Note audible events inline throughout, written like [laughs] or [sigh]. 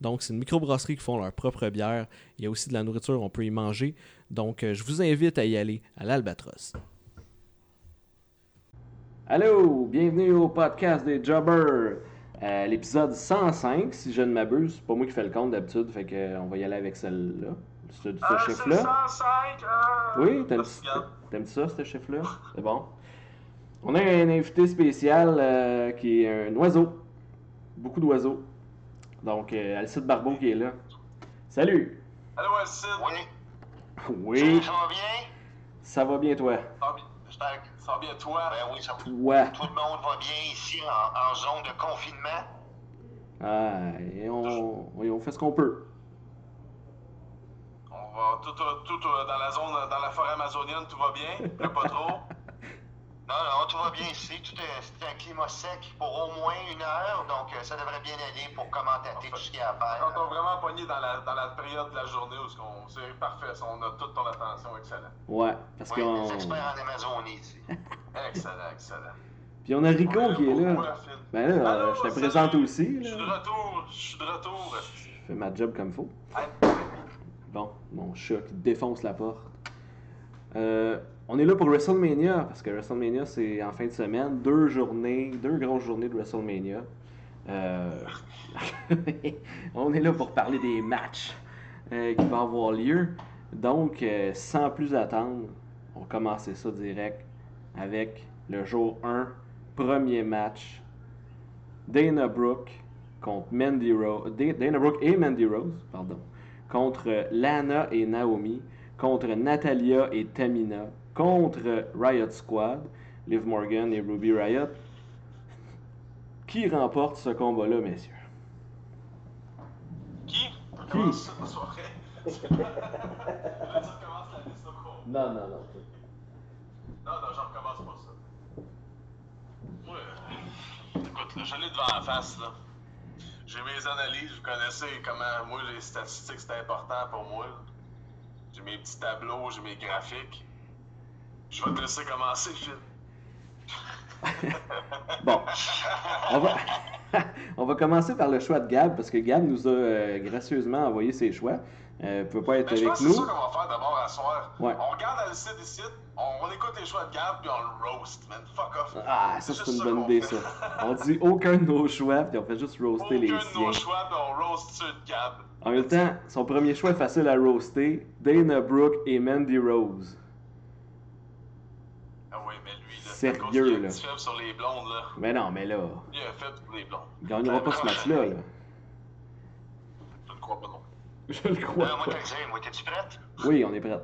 Donc, c'est une microbrasserie qui font leur propre bière. Il y a aussi de la nourriture, on peut y manger. Donc, euh, je vous invite à y aller à l'Albatros. Allô, bienvenue au podcast des Jobbers. Euh, L'épisode 105, si je ne m'abuse. C'est pas moi qui fais le compte d'habitude, fait que euh, on va y aller avec celle-là. Ce, ce Ah, chiffre-là. 105! euh. Euh, Oui, t'aimes hein. t'aimes ça, ce chiffre-là? C'est bon. On a un invité spécial euh, qui est un oiseau. Beaucoup d'oiseaux. Donc, euh, Alcide Barbeau qui est là. Salut! [laughs] Allô, Alcide? Oui. Oui, Ça va bien? ça va bien toi? Ça va bien. J'espère que ça va bien, toi? Ben oui, ça va Toi? Tout le monde va bien ici en, en zone de confinement. Ah, et on, et on fait ce qu'on peut. On va tout, euh, tout, euh, dans la zone, euh, dans la forêt amazonienne, tout va bien? [laughs] Il pleut pas trop? Non, non, tout va bien ici. Tout est- C'est un climat sec pour au moins une heure, donc euh, ça devrait bien aller pour commentater tout ce qu'il y a à faire. Quand on est vraiment pogné dans la, dans la période de la journée où ce qu'on- c'est parfait, ça, on a toute ton attention, excellent. Ouais, parce Oui, qu'on. les hein. experts en Amazonie ici. Excellent, excellent. Puis on a Rico qui est pour là. toi, Phil. Ben là, Allô, je te salut. présente aussi. Je suis de Là. retour, je suis de retour. Je fais ma job comme faut. Bon, mon chat qui défonce la porte. Euh, on est là pour WrestleMania, parce que WrestleMania, c'est en fin de semaine. Deux journées, deux grosses journées de WrestleMania. Euh, [laughs] on est là pour parler des matchs euh, qui vont avoir lieu. Donc, euh, sans plus attendre, on va commencer ça direct avec le jour 1, premier match. Dana Brooke contre Mandy Rose. Dana Brooke et Mandy Rose, pardon. Contre Lana et Naomi. Contre Natalia et Tamina. Contre Riot Squad. Liv Morgan et Ruby Riot. Qui remporte ce combat-là, messieurs? Qui? Qui? Commence la soirée. [laughs] Je veux dire, commence la liste de cours. Non, non, non. Non, non, je recommence pas ça. Moi, euh, écoute, là, je l'ai devant la face, là. J'ai mes analyses, vous connaissez comment, moi, les statistiques, c'est important pour moi. là. J'ai mes petits tableaux, j'ai mes graphiques. Je vais te laisser commencer, [laughs] Phil. Bon. On va, [laughs] on va commencer par le choix de Gab, parce que Gab nous a euh, gracieusement envoyé ses choix. Euh, peut pas être Mais Ben, je avec pense que c'est ça nous. qu'on va faire d'abord à soir. Ouais. On regarde le site ici, on, on écoute les choix de Gab, puis on le roast, man. Fuck off. Ah, ça, c'est juste une bonne qu'on idée, ça. fait. [laughs] On dit aucun de nos choix, puis on fait juste roaster Aucun les de nos siens. choix, puis on roast ceux de Gab. En même temps, son premier choix est facile à roaster. Dana Brooke et Mandy Rose. Ah oui, mais lui, là, Sérieux, à cause qu'il a un là. petit faible sur les blondes, là. Mais non, mais là, Il a un faible sur les blondes. ils gagneront pas ce match-là. là. Je ne crois pas non. [laughs] Je le Euh, crois moi, pas. t'as dit, moi, t'es-tu prête? Oui, on est prêts.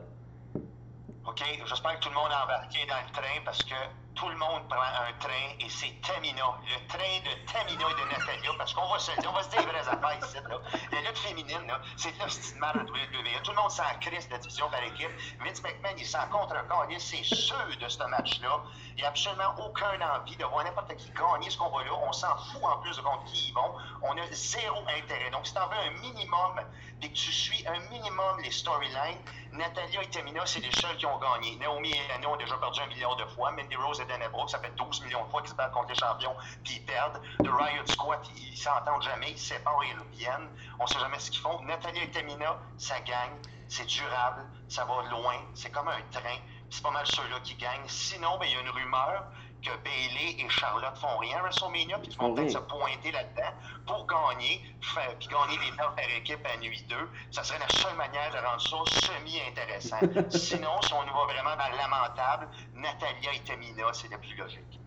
OK, j'espère que tout le monde a embarqué dans le train parce que tout le monde prend un train et c'est Tamina. Le train de Tamina et de Natalia parce qu'on va se, on va se dire les vraies affaires ici. Là. La lutte féminine, là, c'est là c'est de merde de WWE. Tout le monde s'en crisse de la division par équipe. Vince McMahon, il s'en contre gagner, c'est sûr de ce match-là. Il n'y a absolument aucun envie de voir n'importe qui gagner ce combat-là. On s'en fout en plus de contre qui ils vont. On a zéro intérêt. Donc, si t'en veux un minimum, puis que tu suis un minimum les storylines, Natalia et Tamina, c'est les seuls qui ont gagné. Naomi et Lana ont déjà perdu un million de fois. Mandy Rose et Dana Brooke, ça fait 12 millions de fois qu'ils se battent contre les champions, puis ils perdent. The Riot Squad, ils ils s'entendent jamais, ils se séparent et ils reviennent. On sait jamais ce qu'ils font. Natalia et Tamina, ça gagne, c'est durable, ça va loin, c'est comme un train. Puis C'est pas mal ceux-là qui gagnent. Sinon, ben, il y a une rumeur que Bailey et Charlotte font rien à WrestleMania, puis qu'ils vont Font peut-être rien. se pointer là-dedans pour gagner, faire- puis gagner les temps par équipe à nuit 2. Ça serait la seule manière de rendre ça [laughs] semi-intéressant. Sinon, si on y va vraiment dans le lamentable, Natalia et Tamina, c'est le plus logique.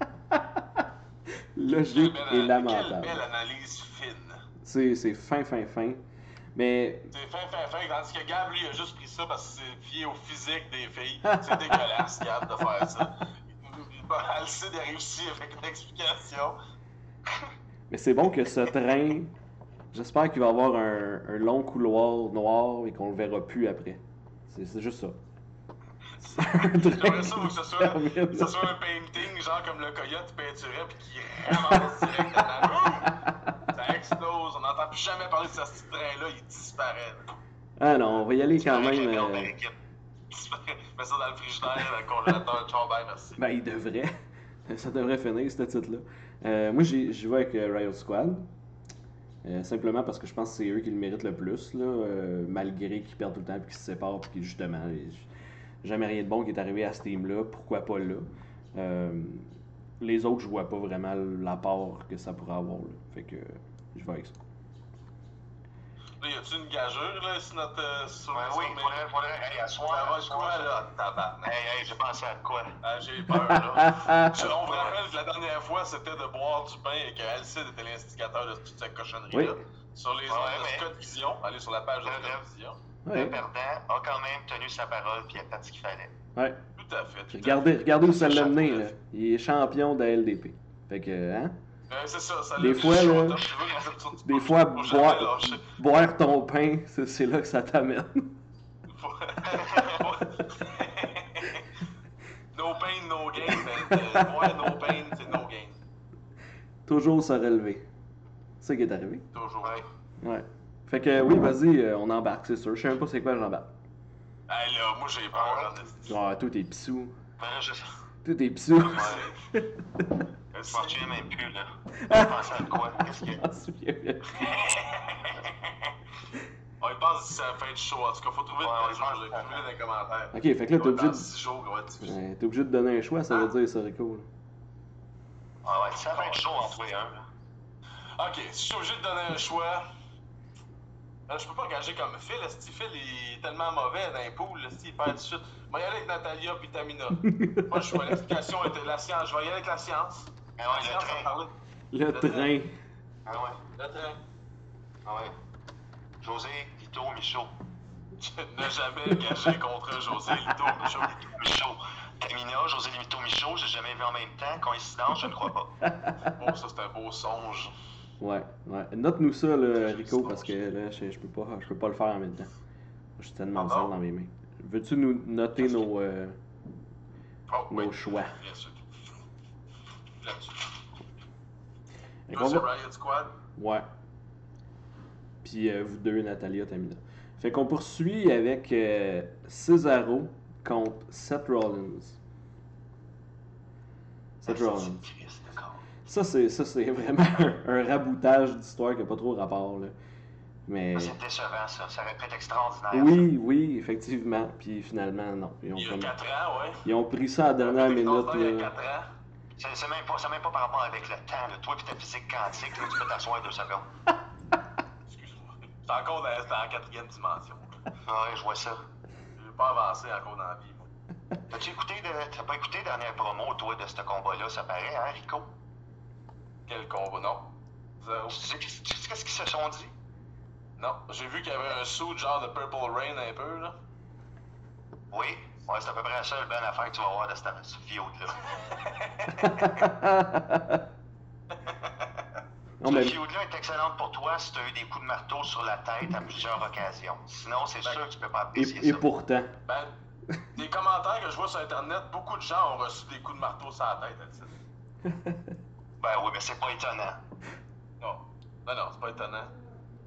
Quelle Logique belle, euh, et quelle lamentable. belle analyse fine. C'est c'est fin, fin, fin. Mais C'est fin, fin, fin. Tandis que Gab, lui, il a juste pris ça parce que c'est fié au physique des [laughs] filles. C'est dégueulasse, Gab, de faire ça. Bon, Alcide a réussi avec une explication. Mais c'est bon que ce train J'espère qu'il va y avoir un, un long couloir noir et qu'on le verra plus après. C'est c'est juste ça. [laughs] Un J'aimerais ça faut que ce [laughs] soit, qui termine. que ce soit un painting, genre comme le coyote peinturait, puis qui ramasse direct dans la boum! Ça explose, on n'entend plus jamais parler de ce petit train-là, il disparaît. là. Ah non, on va y aller quand Avec même. la corde euh, à l'équipe. Disparaît. Mets ça dans le frigidaire, dans le congélateur, ciao, bye, merci. Ben, il devrait. [laughs] Ça devrait finir, ce titre-là. Euh, moi, j'y j'y vais avec euh, Riot Squad. Euh, simplement parce que je pense que c'est eux qui le méritent le plus, là, euh, malgré qu'ils perdent tout le temps, puis qu'ils se séparent, puis qu'ils, justement, les- jamais rien de bon qui est arrivé à ce team-là, pourquoi pas là. Euh, les autres, je vois pas vraiment l'apport que ça pourrait avoir. là. Fait que euh, je vais avec ça. Là, y a-tu une gageure, là, sur notre. euh, sur Ouais, sur oui, mes- faudrait, faudrait, hey, à Ça soir, va à être soir, quoi, je- là, tabarnak? Hey, hey, j'ai pensé à quoi? Ah, J'ai peur, là. Je- on vous rappelle que la dernière fois, c'était de boire du pain et que Alcide était l'instigateur de toute cette cochonnerie-là. Oui. Sur les Ouais, ondes de mais- Scott Vision, allez sur la page de Ouais, Scott ouais. Vision. Le Ouais. perdant a quand même tenu sa parole puis il a fait ce qu'il fallait. ouais. Tout à fait. tout à Regardez, fait. regardez où ça C'est l'a mené. chapeau, là. Il est champion de la LDP. Fait que, euh, hein? Euh, c'est ça, ça Des l'a fois, mis là, chaud, tu veux, quand ça tourne, tu Des peux- fois, faut jamais boire, lâcher. boire ton pain, c'est c'est là que ça t'amène. [laughs] no pain, no gain. Ben, euh, boire, no pain, c'est no gain. Toujours se relever. C'est ça qui est arrivé. Toujours. Ouais. Fait que oui, vas-y, euh, on embarque, c'est sûr. Je sais même pas c'est quoi, j'embarque. Hey, là, moi, j'ai peur. hein, là, de- Ah, tout est pissou. Ben là, je Tout est pissou. [laughs] je Euh, C'est- m'en souviens même plus, là. J'ai pensé à quoi? Qu'est-ce que... Je m'en souviens. On y pense d'ici à la fin du show. En tout cas, faut trouver Ouais, une ouais, raison. Je je l'ai pense trouvé dans les commentaires. Ok, fait que là, t'es obligé, Dans de... 6 jours, on va diffuser. ouais, t'es obligé de donner un choix, ça veut dire ça, Rico. là. Ah ouais, ça va être chaud en hein. trouver un, là. Ok, si je suis obligé de donner un choix, euh, je peux pas engager comme Phil. Esti, Phil il est tellement mauvais dans les poules, esti, il perd tout de suite. Moi, y aller avec Natalia puis [laughs] Tamina. Moi, je vois l'explication était la science. Je vais y aller avec la science. Ah La ouais, le science en train. parlait. [laughs] Le train. Ah ouais, Le train. ah ouais. José, Vito, Michaud. [laughs] Je n'ai jamais engagé contre José Lito. José, Vito, Michaud. Tamina, José, Vito, Michaud, j'ai jamais vu en même temps. Coïncidence, je ne crois pas. [laughs] Bon, Oh, ça, c'est un beau songe. Ouais, ouais. Note-nous ça, là, Rico, parce que là, je, je peux pas, je peux pas le faire en même temps. Je suis tellement Pardon? sale dans mes mains. Veux-tu nous noter nos, euh, Oh, oui. nos choix? Bien sûr. Bien sûr. Fait Toi, qu'on c'est va- Riot Squad. Ouais. Puis euh, vous deux, Natalia, Tamina. Fait qu'on poursuit avec euh, Cesaro contre Seth Rollins. Seth Ah, Rollins. Christ, d'accord. Ça, c'est, ça, c'est [laughs] vraiment un, un raboutage d'histoire qui n'a pas trop rapport. Là. Mais Ça, Ah, C'est décevant, ça. Ça aurait pu être extraordinaire. oui, oui, effectivement. Puis finalement, non. Ils ont, Il y a comme- 4 ans, ouais. ils ont pris ça à la dernière Avec minute. euh, Norton, Il y a là. 4 ans. C'est c'est même, pas- c'est même pas par rapport avec le temps. Là. Toi et ta physique quantique, là, tu peux t'asseoir deux secondes. Excuse-moi. C'est encore dans, c'est en quatrième dimension. [laughs] Ah ouais, je vois ça. Je pas avancé encore dans la vie, moi. T'as-tu écouté, de- t'as pas écouté la dernière promo, toi, de ce combat-là, ça paraît, hein, Rico? Quel combat, non? Zéro. Tu sais, tu sais qu'est-ce qu'ils se sont dit? Non, j'ai vu qu'il y avait un sou genre de Purple Rain un peu, là. Oui, ouais, c'est à peu près la seule bonne affaire que tu vas voir de cette ce feud-là. [laughs] Non, Ce mais feud-là est excellent pour toi si tu as eu des coups de marteau sur la tête à plusieurs occasions. Sinon, c'est sûr que tu peux pas apprécier Ben, et, et ça. pourtant. [laughs] Ben, des commentaires que je vois sur Internet, beaucoup de gens ont reçu des coups de marteau sur la tête, elle dit. Ben oui, mais c'est pas étonnant. Non. Non, non, c'est pas étonnant.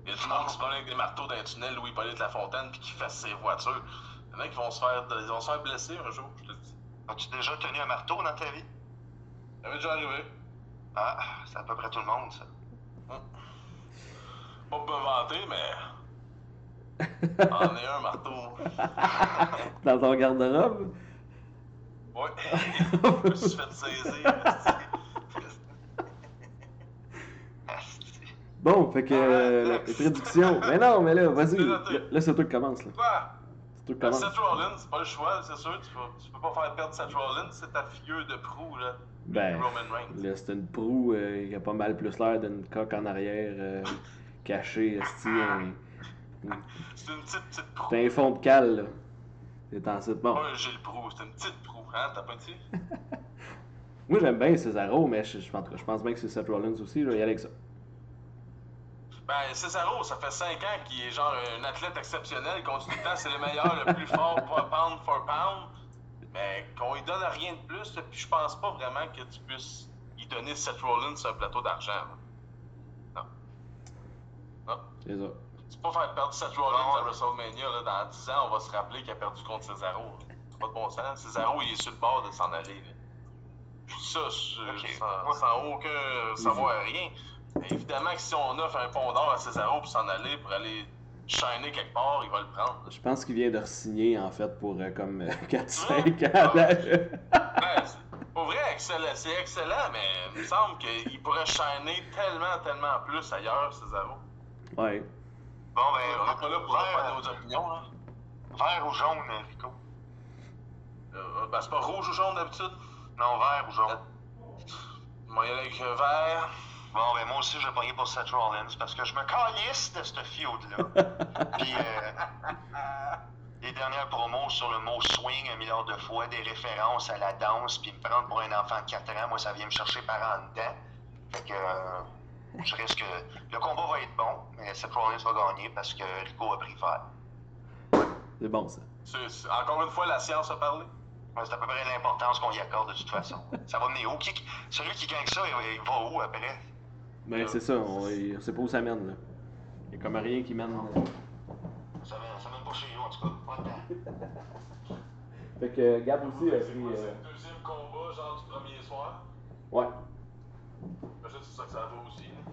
Il y a du monde qui se promène avec des marteaux dans un tunnel, Louis-Paulette Lafontaine, puis qui fasse ses voitures. Il y en a qui vont se faire, ils vont se faire blesser un jour, je te le dis. As-tu déjà tenu un marteau dans ta vie? Ça m'est déjà arrivé. Ah, c'est à peu près tout le monde, ça. Pas pour me vanter, mais. En est un marteau. Dans [laughs] ton garde-robe? Ouais. je me suis fait saisir. esti. Asti. Bon, fait que euh, les prédictions. Mais non, mais là, Ah, vas-y. C'est noté. Là, là, c'est toi qui commence. Là. Quoi? C'est toi qui Ben, commence. Seth Rollins, c'est pas le choix, c'est sûr. Tu peux, tu peux pas faire perdre Seth Rollins, c'est ta figure de proue, là. Ben, Roman Reigns. là, c'est une proue euh, qui a pas mal plus l'air d'une coque en arrière euh, cachée, esti, Ah. un- C'est une petite, petite proue. T'as un fond de cale, là. T'es en site bon. Pas un Gilles Proue, c'est une petite proue, hein, t'as pas dit? Moi, j'aime bien Cesaro, mais je, je- en tout cas, je pense bien que c'est Seth Rollins aussi. Je vais y aller avec ça. Ben, Cesaro, ça fait 5 ans qu'il est genre un athlète exceptionnel, qu'on dit tout le temps c'est le meilleur, le plus fort, pour- pound for pound. Mais qu'on lui donne rien de plus, là, puis je pense pas vraiment que tu puisses lui donner Seth Rollins sur un plateau d'argent. là. Non. Non. C'est ça. Tu peux pas faire perdre Seth Rollins à WrestleMania. Là, dans 10 ans, on va se rappeler qu'il a perdu contre Cesaro. là. C'est pas de bon sens. Cesaro, il est sur le bord de s'en aller. là. Je dis ça je- Ok. sans, sans aucun savoir rien. Mais Évidemment que si on offre un pont d'or à Cesaro pour s'en aller, pour aller shiner quelque part, il va le prendre. Je pense qu'il vient de re-signer, en fait, pour euh, comme euh, [laughs] 4-5 Ah. ans. là. [laughs] Ouais, Ben, c'est- pour vrai, excellent, c'est excellent, mais il me semble qu'il pourrait shiner tellement, tellement plus ailleurs, Cesaro. ouais. Bon, ben, On n'est pas là pour faire vert, nos opinions. Là. vert ou jaune, Rico? Euh, ben, c'est pas rouge ou jaune d'habitude. Non, vert ou jaune. Moi, il y a avec euh, vert. Bon, ben moi aussi, je vais pogner pour Seth Rollins parce que je me calisse de ce feud-là. Puis, euh, les dernières promos sur le mot swing un milliard de fois, des références à la danse, puis me prendre pour un enfant de 4 ans, moi, ça vient me chercher par en dedans. Fait que, euh, je risque. Le combat va être bon, mais Seth Rollins va gagner parce que Rico a pris vert. C'est bon, ça. C'est- c'est- encore une fois, la science a parlé. Ouais, C'est à peu près l'importance qu'on y accorde de toute façon. Ça va mener où? Qui- celui qui gagne ça, il il va où après? Ben, Ah. c'est ça. On, on sait pas où ça mène, là. Il y a comme rien qui mène. là. Ça mène, ça mène pas chez nous, en tout cas. Pas tant. Fait que euh, Gab aussi a C'est pris. quoi, c'est euh, le deuxième combat, genre du premier soir? Ouais. Ben, c'est ça que ça vaut aussi. là.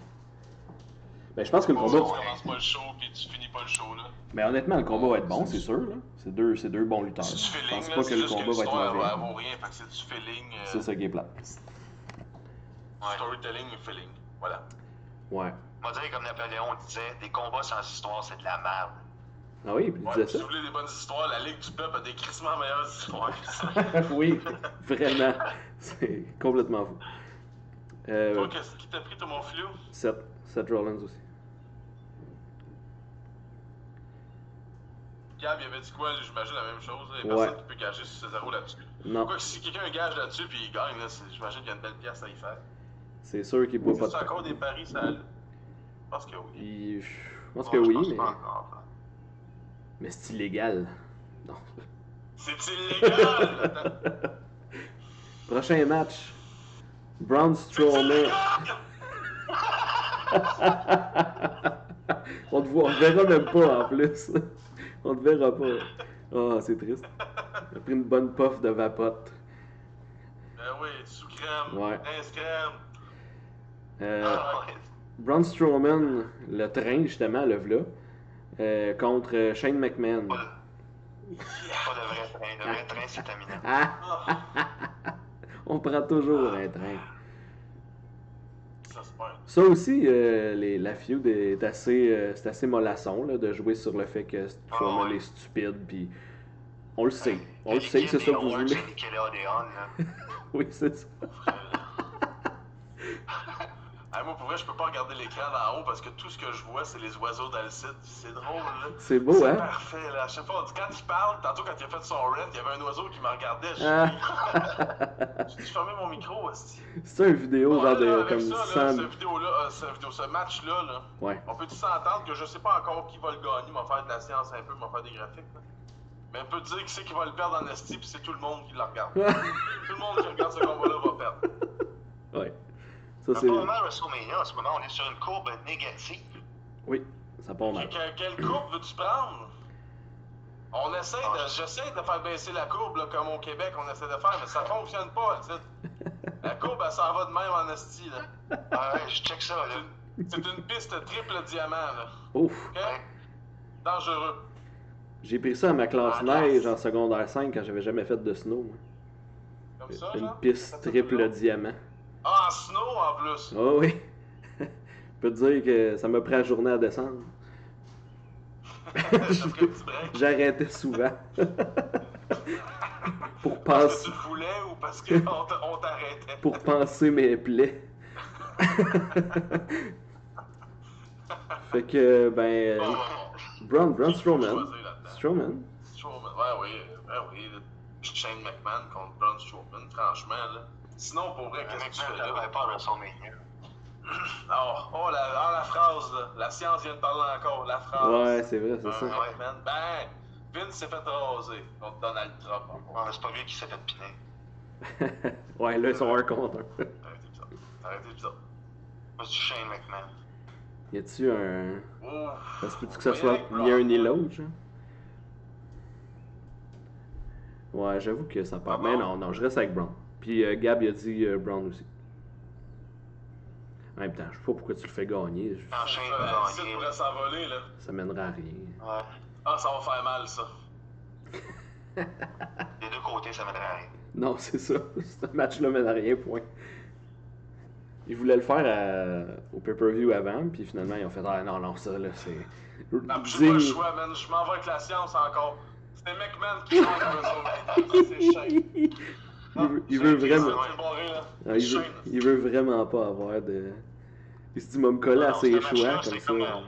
Ben, je pense que le combat. Tu commences pas le show, puis tu finis pas le show, là. Mais honnêtement, le combat va être bon, c'est sûr. là. C'est deux, c'est deux bons lutteurs. C'est du Je feeling, pense là. pas que C'est le juste que combat va être l'histoire, mauvais. elle vaut rien, fait que c'est du feeling. euh, C'est ça qui est plate. Storytelling et feeling. Voilà. Ouais. On va dire comme Napoléon disait, des combats sans histoire, c'est de la merde. Ah oui, puis il Ouais, disait si vous voulez des bonnes histoires, la Ligue du Peuple a des crissements meilleures histoires que ça. [laughs] ça. oui, vraiment. C'est complètement fou. Euh, Toi, qu'est-ce qui t'a pris, tout mon flou? Seth, Seth Rollins aussi. Gab, il avait dit quoi? lui? J'imagine la même chose. Il y a Ouais. personne qui peut gager sur Cesaro là-dessus. Non, Quoi que si quelqu'un gage là-dessus puis il gagne, là, c'est- j'imagine qu'il y a une belle pièce à y faire. c'est sûr qu'il boit C'est pas de pain. encore des paris, ça. Je pense que oui. Il- Je pense Non, que je oui, pense mais, pas encore. mais c'est illégal. [laughs] Non. C'est [laughs] illégal! Prochain match. Braun Strowman. [laughs] on, te voit, on te verra même pas en plus. [laughs] on te verra pas. Oh, c'est triste. J'ai pris une bonne puff de vapote. ben oui, sous crème, Ouais. mince crème. [laughs] Euh, Braun Strowman, le train justement, le v'là, euh, contre euh, Shane McMahon. Pas de vrai train. Le vrai train, c'est terminé. Ah! on prend toujours un train. Ça se perd. Ça aussi, euh, les, la feud est assez, euh, c'est assez mollasson là, de jouer sur le fait que Ah Strowman ouais. est stupide, puis on le sait. On le sait que c'est ça que vous hein. voulez. C'est Nickelodeon, là. [laughs] oui, c'est ça. Ah, moi, pour vrai, je peux pas regarder l'écran d'en haut parce que tout ce que je vois, c'est les oiseaux d'Alcide. C'est drôle, là. C'est beau, C'est hein? parfait, là. À chaque fois, on dit, quand il parle, tantôt, quand il a fait son rent, il y avait un oiseau qui me regardait. Je, Ah. [laughs] je fermais mon micro, aussi. C'est une vidéo genre là, de avec euh, comme ça, là, 100... cette vidéo-là, euh, cette vidéo, ce match-là, là, Ouais. [laughs] on peut-tu s'entendre que je sais pas encore qui va le gagner, m'en faire de la science un peu, m'en faire des graphiques, là. Mais on peut dire qui c'est qui va le perdre en esti, puis c'est tout le monde qui le regarde. tout le monde qui regarde ce combat-là va perdre. ouais. Ça, Mais c'est... Pas mal WrestleMania en ce moment. On est sur une courbe négative. Oui, ça part mal. Que- quelle courbe veux-tu prendre? On essaie Ah, de, je- j'essaie de faire baisser la courbe, là, comme au Québec, on essaie de faire, mais ça fonctionne pas, tu sais. [laughs] La courbe, elle s'en va de même en esti, là. Ah ouais, je check ça, là. C'est une piste triple diamant, là. Ouf! OK? Ouais. Dangereux. J'ai pris ça à ma classe Ah, neige en secondaire 5 quand j'avais jamais fait de snow. moi. Comme ça, Une genre? Ça piste fait tout triple le long. diamant. Ah, en snow, en plus. Ah oui! [laughs] Je peux te dire que ça me prend la journée à descendre. Ça ferait un petit break. J'arrêtais souvent. [laughs] pour, Parce que penser, tu le voulais ou parce qu'on on t'arrêtait? pour penser mes plaies. [laughs] fait que, ben. Bon, euh, bon, bon. Braun, Braun Strowman. Choisir là-dedans. Strowman. Strowman, ouais, oui, ouais, oui. le Shane McMahon contre Braun Strowman, franchement, là. Sinon, pour vrai, qu'est-ce que tu Maintenant, fais je ne là? pas à WrestleMania. Oh, oh la, ah, la phrase, là. La science vient de parler encore. La phrase. Ouais, c'est vrai, c'est Ah, ça. ouais, man. Ben, Vince s'est fait raser contre Donald Trump. Ouais, Ah, mais c'est pas lui qui s'est fait piner. [laughs] ouais, là, ils sont un contre un. Arrêtez ça. Arrêtez ça. Moi, c'est du Shane McMahon. Y a-tu un. Ouf. Ça se peut-tu que ça soit ni un ni l'autre, genre? Ouais, j'avoue que ça part. Ah Mais bon? non, non, je reste avec Brown. Puis euh, Gab, il a dit euh, Brown aussi. En même temps, je sais pas pourquoi tu le fais gagner. je- Non, Shane va Ça gagner. pourrait s'envoler, là. Ça mènera à rien. Ouais. Ah, ça va faire mal, ça. Des deux côtés, ça mènerait à rien. Non, c'est ça. [laughs] Ce match-là mène à rien, point. Ils voulaient le faire à- au pay-per-view avant, puis finalement, ils ont fait Ah non, non, ça là, c'est. Ah, J'ai pas le Digne- [laughs] choix, man. Je m'en vais avec la science encore. C'est McMahon qui change [laughs] le C'est Shane. Il veut- il veut vraiment. C'est barré, là. Ah, il, veut, Shane. il veut vraiment pas avoir de. Il se dit, m'a me coller à Non, ses ce match-là, choix c'est euh, comme ça. un-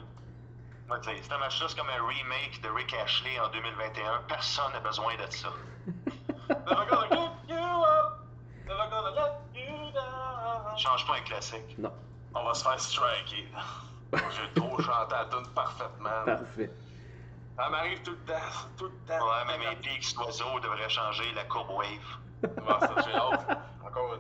Moi, tu sais, C'est un match-là, c'est comme un remake de Rick Ashley en 2021. Personne n'a besoin [laughs] de ça. Never gonna give you up. Never gonna let you down. Change pas un classique. Non, On va se faire striker. J'ai trop chanté la tune parfaitement. parfait. Ça m'arrive tout le temps. Tout le temps. Ouais, mais mes pics d'oiseaux devraient changer la courbe wave. Ouais, ça, j'ai hâte. Encore une.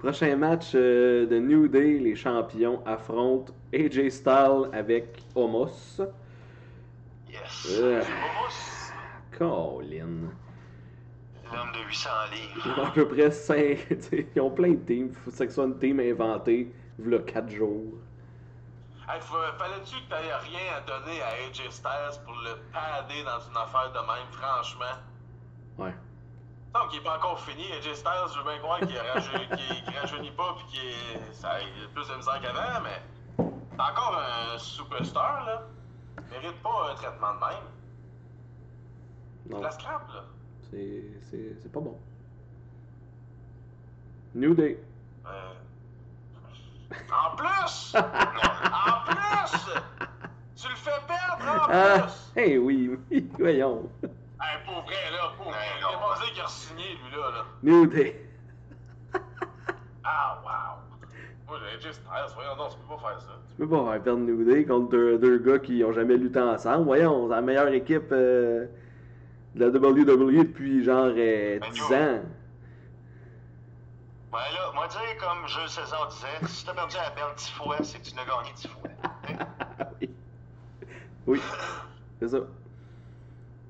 Prochain match euh, de New Day, les champions affrontent AJ Styles avec Homos. Yes. Euh, Mousse. Colin. L'homme de 800 Ils livres. ont à peu près [laughs] 5. Ils ont plein de teams. Faut que ce soit une team inventée. V'là 4 jours. Hey, fa- fallait-tu que t'aies rien à donner à AJ Styles pour le padder dans une affaire de même, franchement? Ouais. Non, qui est pas encore fini. AJ Styles, je veux bien croire qu'il rajeunit, [laughs] qu'il rajeunit pas puis qu'il est- ça- il a plus de misère qu'avant, mais c'est encore un superstar, là. Il Mérite pas un traitement de même. Non, De la scrap, là. c'est c'est- c'est pas bon. New Day. Euh, En [laughs] plus! en plus! Tu le fais perdre, en Ah! plus! Eh oui, [laughs] oui, voyons. Hey, pour vrai, là, pour vrai. Ouais, Il Ben non. a pas dit qu'il a signé, lui, là. là. New Day. Ah, wow! Moi, j'ai juste Styles, voyons, non, tu peux pas faire ça. Tu peux pas faire perdre New Day contre deux, deux gars qui ont jamais lutté ensemble. Voyons, c'est la meilleure équipe euh, de la WWE depuis genre euh, Ben, 10 yo. ans. Ouais, Ben là, moi, dire comme Jules César disait, si t'as perdu la belle 10 fois, c'est que tu l'as gagné 10 fois. Ah oui. Oui, c'est ça.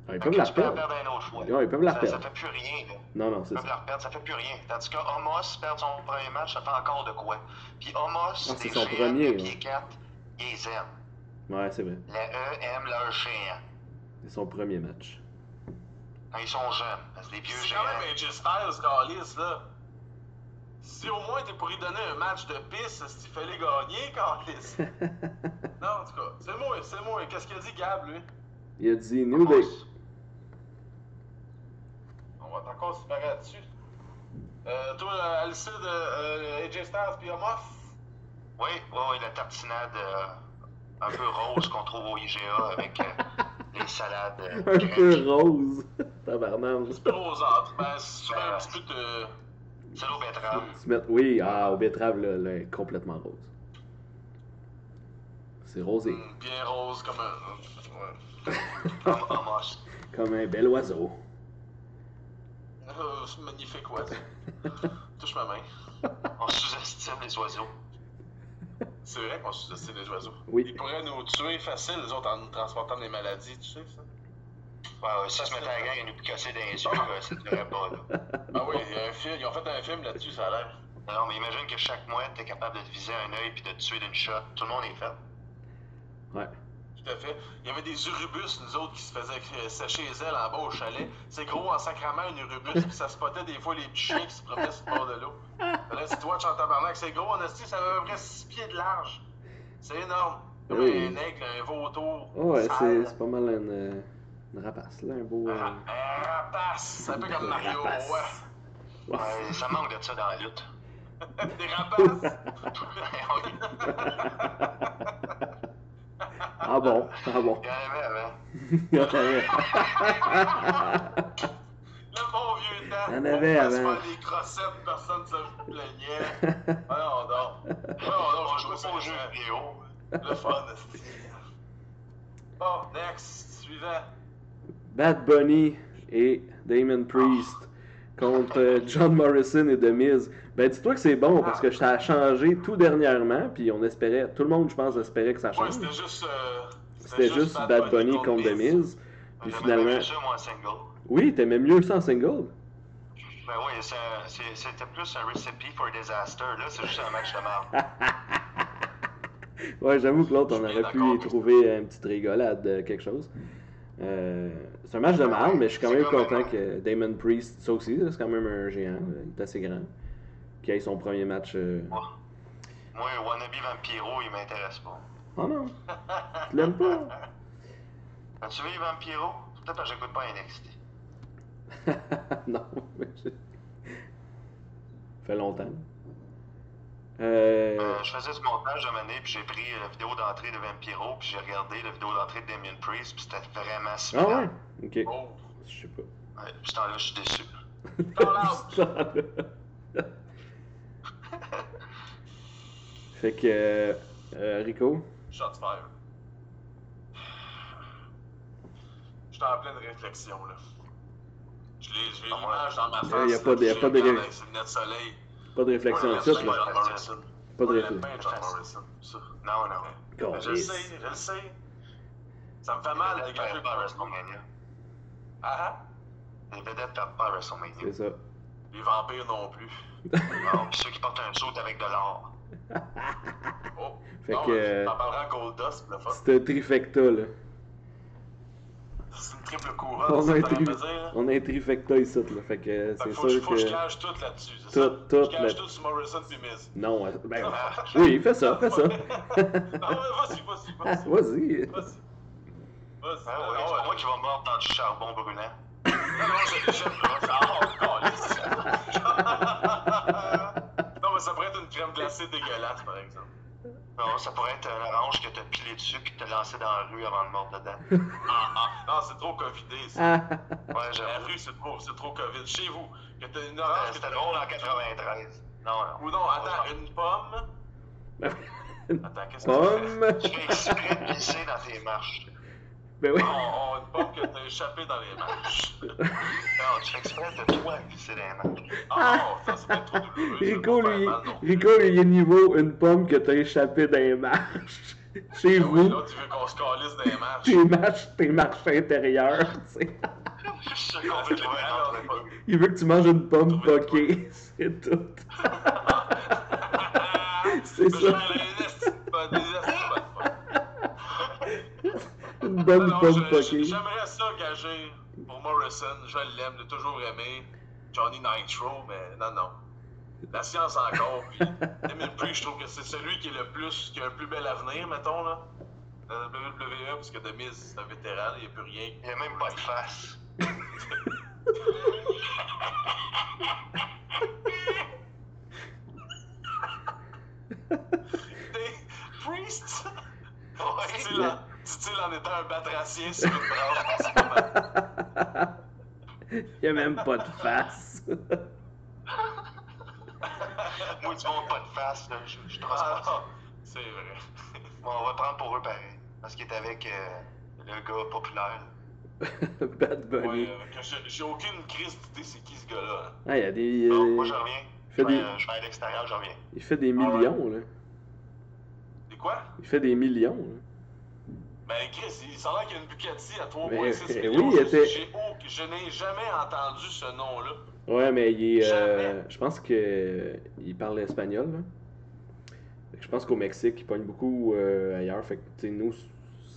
Ah, ils Fait peuvent que la tu peux la perdre. perdre un autre fois. Ouais, ils peuvent la ça, ça perdre. fait plus rien, là. Non, non, c'est Ils peuvent ça. la reperdre, ça fait plus rien. Tandis que Homos perd son premier match, ça fait encore de quoi. Puis Homos, Ah, c'est les son géants premier, de là. pied 4, ils les aiment. Ouais, c'est vrai. Les E aiment leurs géants. C'est son premier match. Quand Hein, ils sont jeunes, parce que les vieux C'est géants. quand même AJ Styles, Carlis, là. Si au moins t'es pour lui donner un match de piste, si tu fallait gagner, [laughs] Carlis. non, en tout cas, c'est moi, c'est moi. Qu'est-ce qu'il a dit, Gab, lui? Il a dit New Day. On va encore se barrer là-dessus. Euh, toi, euh, Alcide, euh, euh, AJ Styles, puis Homoff? Oui, oui, oui, la tartinade euh, un peu rose qu'on trouve au IGA avec euh, les salades [laughs] euh, Un grecques. peu [laughs] rose. Tabarnam. Gros autres, ben, si tu fais un petit peu de. C'est l'eau betterave. Tu mets- Oui, ah, au betterave, là, là, elle est complètement rose. C'est rosé. Hmm, Bien rose comme un. euh, Ouais. Comme Homos. Comme un bel oiseau. Euh, c'est magnifique, [laughs] ouais. Touche ma main. On sous-estime les oiseaux. C'est vrai qu'on sous-estime les oiseaux. Oui. Ils pourraient nous tuer facile, les autres, en nous transportant des maladies, tu sais, ça? Ouais, ouais, ça se mettait à la gang et nous picasser dans les yeux, euh, ça ne [laughs] durait pas. Là. Ah oui, il y a un film, ils ont fait un film là-dessus, ça a l'air. Non, mais imagine que chaque mouette est capable de te viser un œil puis de te tuer d'une shot. Tout le monde est fait. Ouais. Tout à fait. Il y avait des urubus, nous autres, qui se faisaient euh, sécher les ailes en bas au chalet. C'est gros en sacrament, un urubus, puis ça spotait des fois les petits chiens qui se promenaient sur le bord de l'eau. Là, si toi, tu en tabarnak, c'est gros, en esti, ça avait à peu près 6 pieds de large. C'est énorme. Comme Oui. un aigle, un vautour. Ah ouais, c'est sale. c'est pas mal une, euh, une rapace, là, un beau. euh, Un rapace, c'est un peu comme une Mario, rapace. ouais. Ouais. Ouais, ça manque de ça dans la lutte. Des rapaces. [laughs] Oui, Ah bon, ah bon. [laughs] Il y en avait avant. Ouais, Le bon vieux temps. avant. Il y en avait On se avant. faire des crossettes, personne ne se plaignait. Ah non, non. Ah non, non, je joue pas aux jeux vidéo. Le fun, c'est. Bon, next, suivant. Bad Bunny et Damon Priest contre euh, John Morrison et The Miz. Ben, dis-toi que c'est bon parce que ça a changé tout dernièrement, puis on espérait, tout le monde, je pense, espérait que ça Ouais, change. c'était juste. euh, C'était juste Bad Bunny contre The Miz. Puis J'aimais finalement, bien ça, moi, en single. oui, t'aimais mieux ça en single. Ben oui, ça- c'est- c'était plus un recipe for disaster. Là, c'est juste un match de [laughs] merde. Ouais, j'avoue que l'autre, on Je suis aurait pu d'accord y avec trouver une petite rigolade, euh, quelque chose. Euh, c'est un match de marde, mais je suis quand C'est même comme un- content que Damon Priest, ça aussi, là, c'est quand même un géant, là, il est assez grand, qui ait son premier match. euh, Moi, moi, Wannabe Vampiro, il m'intéresse pas. Oh non! Tu l'aimes pas? [laughs] As-tu vu Vampiro? C'est Peut-être parce que j'écoute pas NXT. non, mais je- fait longtemps. Euh, Euh, je faisais ce montage de année, puis j'ai pris euh, la vidéo d'entrée de Vampiro, puis j'ai regardé la vidéo d'entrée de Damien Priest, puis c'était vraiment Ah similaire. ouais? Ok. Oh, Je sais pas. Ouais, puis ce temps-là, je suis déçu. Call [laughs] out. fait que euh, euh, Rico, Shot fire. J'étais en pleine réflexion, là. Je l'ai, je l'ai Ah ouais. l'image dans ma face. y a pas de- y a là, pas de- je l'ai avec ses lunettes de soleil. pas de réflexion Moi, là-dessus, j'aime bien là. John Morrison. Pas de Moi, j'aime réflexion. bien John Morrison, ça. Non, non. Je le Calisse. sais, je le sais. Ça me fait mal de Les vedettes dégager perdent pas à par WrestleMania. Ah Les vedettes perdent pas à WrestleMania. C'est ça. ah, Les vampires non plus. Non, puis ceux qui portent un saut avec de l'or. Oh. Fait non, que, mais T'en parleras à Goldust, le fuck. C'est un trifecta, là. C'est une triple couronne, On a, c'est un ça que tri- je veux dire. on a un trifecta ici, là. Fait que Fait que euh, c'est faut, que je- sûr faut que je que. cache tout là-dessus, c'est Tout, ça? tout, je cache le- tout sur Morrison puis Miz. Non, euh, [laughs] ben. oui, fais ça, fais ça. [laughs] Non, mais vas-y, vas-y, vas-y. Vas-y. Vas-y. Vas-y. Ah ouais, Non, c'est pas ouais. moi qui vais mordre dans du charbon brûlant. Non, non, je- je- Oh, calisse. Non, mais ça pourrait être une crème glacée dégueulasse, par exemple. Non, Ah, ça pourrait être un orange que t'as pilé dessus, que t'as lancé dans la rue avant de mordre dedans. [laughs] Ah, ah, non, c'est trop covidé, ça. Ah, Ouais, La j'avoue. rue, c'est trop, c'est trop covid. Chez vous, que t'as une Euh, orange, que C'était t'as drôle en 93. Non, Ah, non. Ou non, attends, une pomme. Attends, qu'est-ce que tu fais? [laughs] Pomme. Tu fais exprès de pisser dans tes marches. Ben oui. Oh, oh, une pomme que t'as échappée dans les marches. Non, tu fais exprès de toi pisser dans les marches. Oh, non, ça, c'est pas trop douloureux. ça, Ah, Rico, pas lui, mal, non. Rico, lui, il est niveau une pomme que t'as échappé dans les marches. Ah oui, Chez vous, là, tu veux qu'on se calisse dans les marches. tes marches, tes marches intérieures, tu [laughs] sais. Je suis sûr qu'on veut trouver un Alors, autre. on est Il veut que tu manges une pomme Trouver une poquée, [laughs] [laughs] c'est tout. pas- C'est Je vais ça. aller les esti- pas des esti- pas de pomme. [laughs] Une Non, bonne non, pomme je- je- poquée. [laughs] J'aimerais ça gager pour Morrison. Je l'aime, l'ai toujours aimé. Johnny Nitro, mais non, non. La science encore. Puis, Damien Priest, je trouve que c'est celui qui est le plus, qui a le plus bel avenir, mettons, là. Dans la WWE, parce que The Miz, c'est un vétéran, il n'y a plus rien. Il n'y a même pas de face. [laughs] Des- Priest! Ouais. Dit-il en- dit-il en étant un batracien sur une branche. [laughs] en Il y a même pas de face. [laughs] Moi, tu montes pas de face, là. Je, je ce trosse moment. pas ça. Ah, C'est vrai. Bon, on va prendre pour eux pareil. Parce qu'il est avec euh, le gars populaire. Bad Bunny. Ouais, euh, que j'ai- j'ai aucune crise d'idée c'est qui ce gars-là. Ah, il, y a des, Bon, euh, moi, je reviens. Je Fais vais, des- euh, je vais à l'extérieur, je reviens. il fait des Ah millions, là. C'est quoi? Il fait des millions, là. Ben Chris, il s'en a qu'il y a une Bucati à 3.6 Mais, millions. [laughs] oui, il Je- était- j'ai au- Je n'ai jamais entendu ce nom-là. Ouais, mais il est. euh, Jamais. je pense que euh, il parle espagnol. là. Fait que Je pense qu'au Mexique, il pogne beaucoup euh, ailleurs. Fait que, tu sais, nous,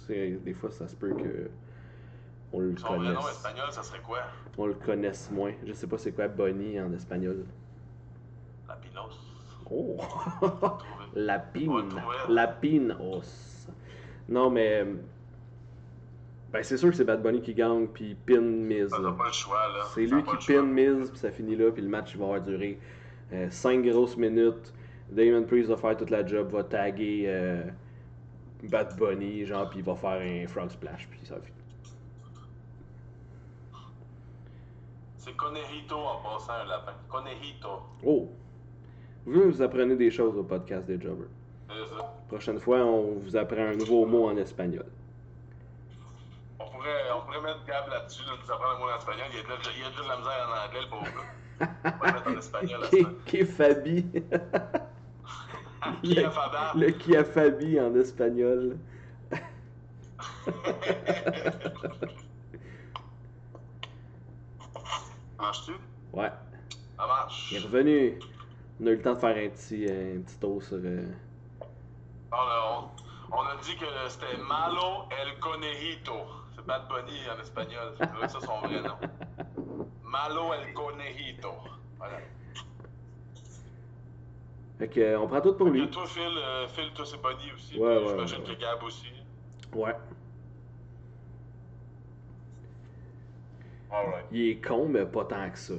c'est- des fois, ça se peut que. On le Son vrai nom connaisse. espagnol, ça serait quoi? On le connaisse moins. Je sais pas c'est quoi Bonnie en espagnol. La Pinos. Oh! Trouvé. On va le Lapine. trouver. hein. Lapinos. Non, mais. Ben, c'est sûr que c'est Bad Bunny qui gagne, puis pin Miz. Ça, là. T'as pas le choix, là. C'est T'as lui pas qui le pin Miz, puis ça finit là, puis le match il va avoir duré 5 grosses minutes. Damon Priest va faire toute la job, va taguer euh, Bad Bunny, genre, puis il va faire un frog splash, puis ça va finir. choix. C'est Conejito en passant un lapin. Conejito. Oh! Vous, vous apprenez des choses au podcast des Jobbers. C'est ça. Prochaine fois, on vous apprend un nouveau mot en espagnol. On pourrait, on pourrait mettre Gab là-dessus, là, nous apprendre le mot en espagnol. Il y a de la, il y a de la misère en anglais, le pauvre [laughs] gars. On va le mettre en espagnol à Qui qui [laughs] Fabi? ça. Qui a Fabar? Le qui a Fabi en espagnol. Marches-tu? Ouais, Ça marche. il est revenu. On a eu le temps de faire un petit, un petit tour sur. euh, [laughs] On a, on- on a dit que c'était Malo el Conejito. C'est Bad Bunny en espagnol. C'est vrai que ça son vrai nom. Malo el Conejito. Voilà. Fait que, euh, on prend tout pour Et lui. toi, Phil, euh, Phil, toi, c'est Bunny aussi. Ouais, puis ouais, J'imagine ouais, ouais. que Gab aussi. Ouais. Alright. Il est con, mais pas tant [laughs] que ça.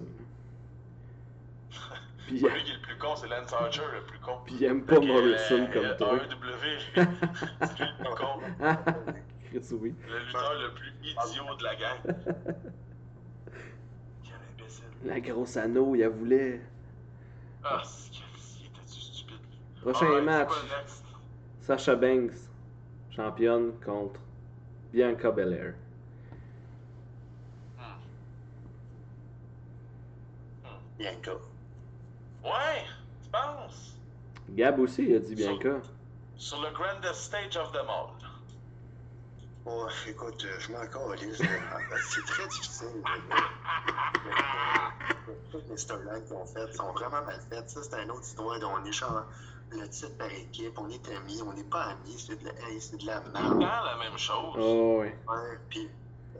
Puis il, Lui qui est le plus con, c'est Lance Archer, le plus con. puis il aime pas Morrison Euh, comme le toi. [laughs] AEW, c'est lui le plus con. Chris, oui. Le lutteur le plus idiot de la gang. Quel imbécile. La grosse anneau, il la voulait. Ah, c'est- quel- il était-tu stupide? Prochain Alright, Ah, c'est match, quoi le next? Sasha Banks, championne contre Bianca Belair. Bianca. Ouais, tu penses? Gab aussi, il a dit Bianca. Sur le grandest stage of them all. Oh, écoute, euh, je m'en calise. là. En fait, c'est très difficile. euh, euh, Toutes les storylines qu'on fait sont vraiment mal faites. Ça, c'est une autre histoire. On échange le titre par équipe, on est amis, on n'est pas amis, c'est de la, hey, c'est de la Dans merde. la même chose. Oh, ouais. Ouais, puis, euh,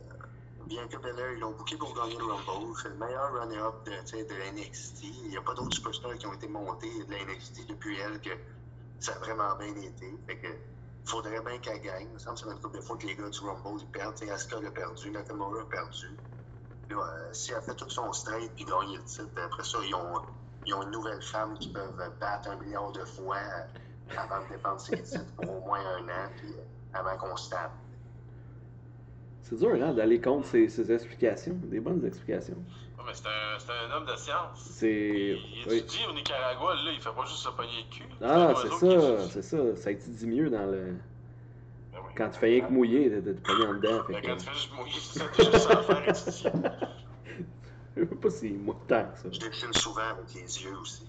bien que Belair, ils l'ont booké pour gagner le Rumble. C'est le meilleur runner-up de, tu sais, de NXT. Il n'y a pas d'autres superstars qui ont été montés de la NXT depuis elle que ça a vraiment bien été. Fait que faudrait bien qu'elle gagne. Il me semble que ça fait une couple de fois que les gars du Rumble ils perdent. Tu sais, Asuka l'a perdu, Nakamura a perdu. Puis là, euh, si elle fait tout son straight puis gagne le titre, après ça, ils ont, ils ont une nouvelle femme qui peuvent battre un milliard de fois euh, avant de défendre ses titres pour au moins un an, puis euh, avant qu'on se tape. C'est dur hein, d'aller contre ces, ces explications, des bonnes explications. Ouais, Ah, mais c'est un, c'est un homme de science. C'est. Il oui. étudie au Nicaragua, là, il fait pas juste se pogner le cul. Ah, un c'est oiseau ça, qui- c'est ça. Ça te dit mieux dans le. Ben oui. Quand tu fais rien que mouiller, t'es t'es pogné en dedans. Fait Mais que... Quand tu fais juste mouiller, c'est ça, t'as juste ça à faire étudier. [laughs] Je sais pas si moi tant que ça. Je défile souvent avec les yeux aussi.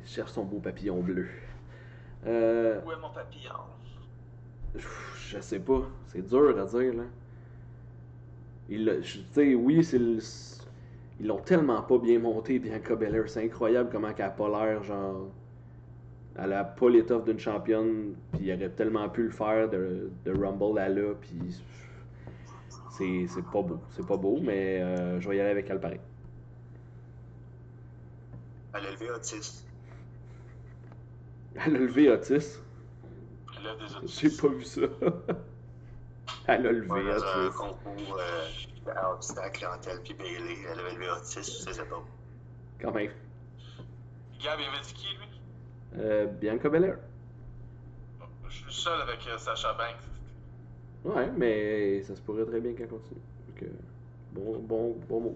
Il cherche son beau papillon bleu. Euh, Où est mon hein. papillon? pff, je sais pas, c'est dur à dire là. Il l'a- je- tu sais, oui, c'est le- ils l'ont tellement pas bien monté, Bianca Belair. C'est incroyable comment qu'elle a pas l'air, genre. Elle a pas l'étoffe d'une championne, puis il aurait tellement pu le faire de, de Rumble à là, puis. C'est c'est pas beau, c'est pas beau, mais euh, je vais y aller avec elle pareil. À l'élevé autiste. Elle a levé Otis. Il lève des J'ai autistes. pas vu ça. [laughs] Elle a Dans levé, un Otis. concours euh, à obstacle en tel puis ben, Bailey, elle avait élevé autiste sur ses épaules. Quand même. Gab, il avait dit qui, lui? Euh, Bianca Belair. Je suis le seul avec euh, Sacha Banks. Ouais, mais ça se pourrait très bien qu'elle continue. Donc, euh, bon, bon, bon move.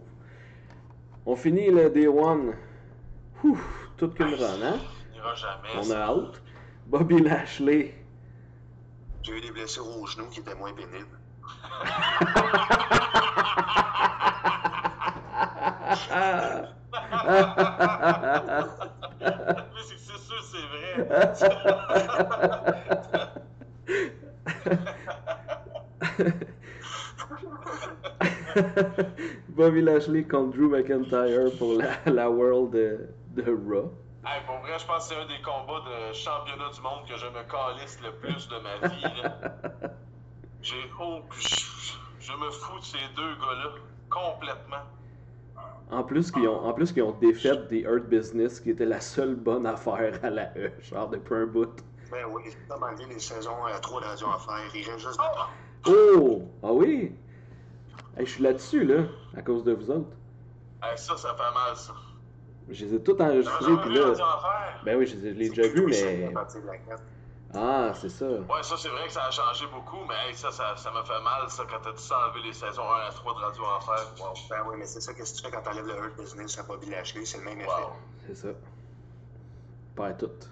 On finit le Day One. Ouf, toute qu'une run, hein? Il n'ira jamais. On a ça. hâte. Bobby Lashley. [laughs] J'ai eu des blessures au genou qui étaient moins pénibles. Mais c'est c'est sûr, c'est vrai. [laughs] Bobby Lashley contre Drew McIntyre pour la, la World de, de Raw. Hey, pour vrai, je pense que c'est un des combats de championnat du monde que je me calisse le plus de ma vie. [laughs] là. J'ai oh, je, je me fous de ces deux gars-là complètement. En plus qu'ils ont, en plus qu'ils ont défait des Earth Business qui était la seule bonne affaire à la E, genre depuis un bout. Ben oui, ça m'a enlevé les saisons à trois radios à faire. Il reste juste. Oh! Ah oui! Hey, je suis là-dessus, là, à cause de vous autres. Hey, ça, ça fait mal, ça. Je les ai tous J'avais enregistrés, jamais puis vu un là... affaire. Ben oui, je les ai, je l'ai déjà vu, mais... À partir de la carte. Ah, c'est ça. Ouais, ça, c'est vrai que ça a changé beaucoup, mais hey, ça, ça, ça m'a fait mal, ça, quand t'as dit ça, enlever les saisons 1 à 3 de Radio Enfer. Wow. Ben oui, mais c'est ça, qu'est-ce que tu fais quand t'enlèves le Earth Business à Bobby Lashley, c'est le même effet. Wow. C'est ça. Pas à toutes.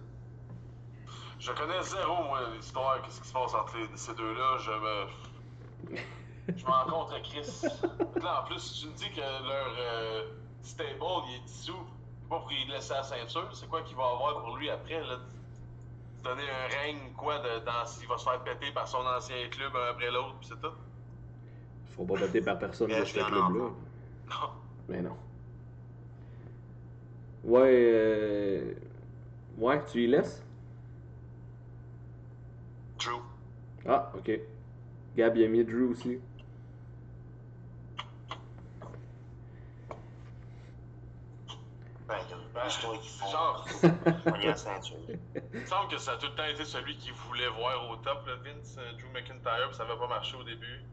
Je connais zéro, moi, l'histoire, qu'est-ce qui se passe entre les- ces deux-là. Je me. Je m'en contre Chris. Là, en plus, tu me dis que leur euh, stable, il est dissous. Je sais pas pourquoi il laisse à la ceinture. C'est quoi qu'il va avoir pour lui après, là? Donner un règne, quoi, de, dans, s'il va se faire péter par son ancien club un après l'autre, pis c'est tout? Ils seront pas battus par personne Mais de je ce suis en club-là. enfant. Non. Mais non. Ouais, euh... Ouais, tu y laisses? True. Ah, ok. Gab, il a mis Drew aussi. Ben, il y a une belle histoire qu'ils font. Genre, [laughs] On y a la ceinture. il me semble que ça a tout le temps été celui qui voulait voir au top, le Vince, euh, Drew McIntyre, pis ça avait pas marché au début.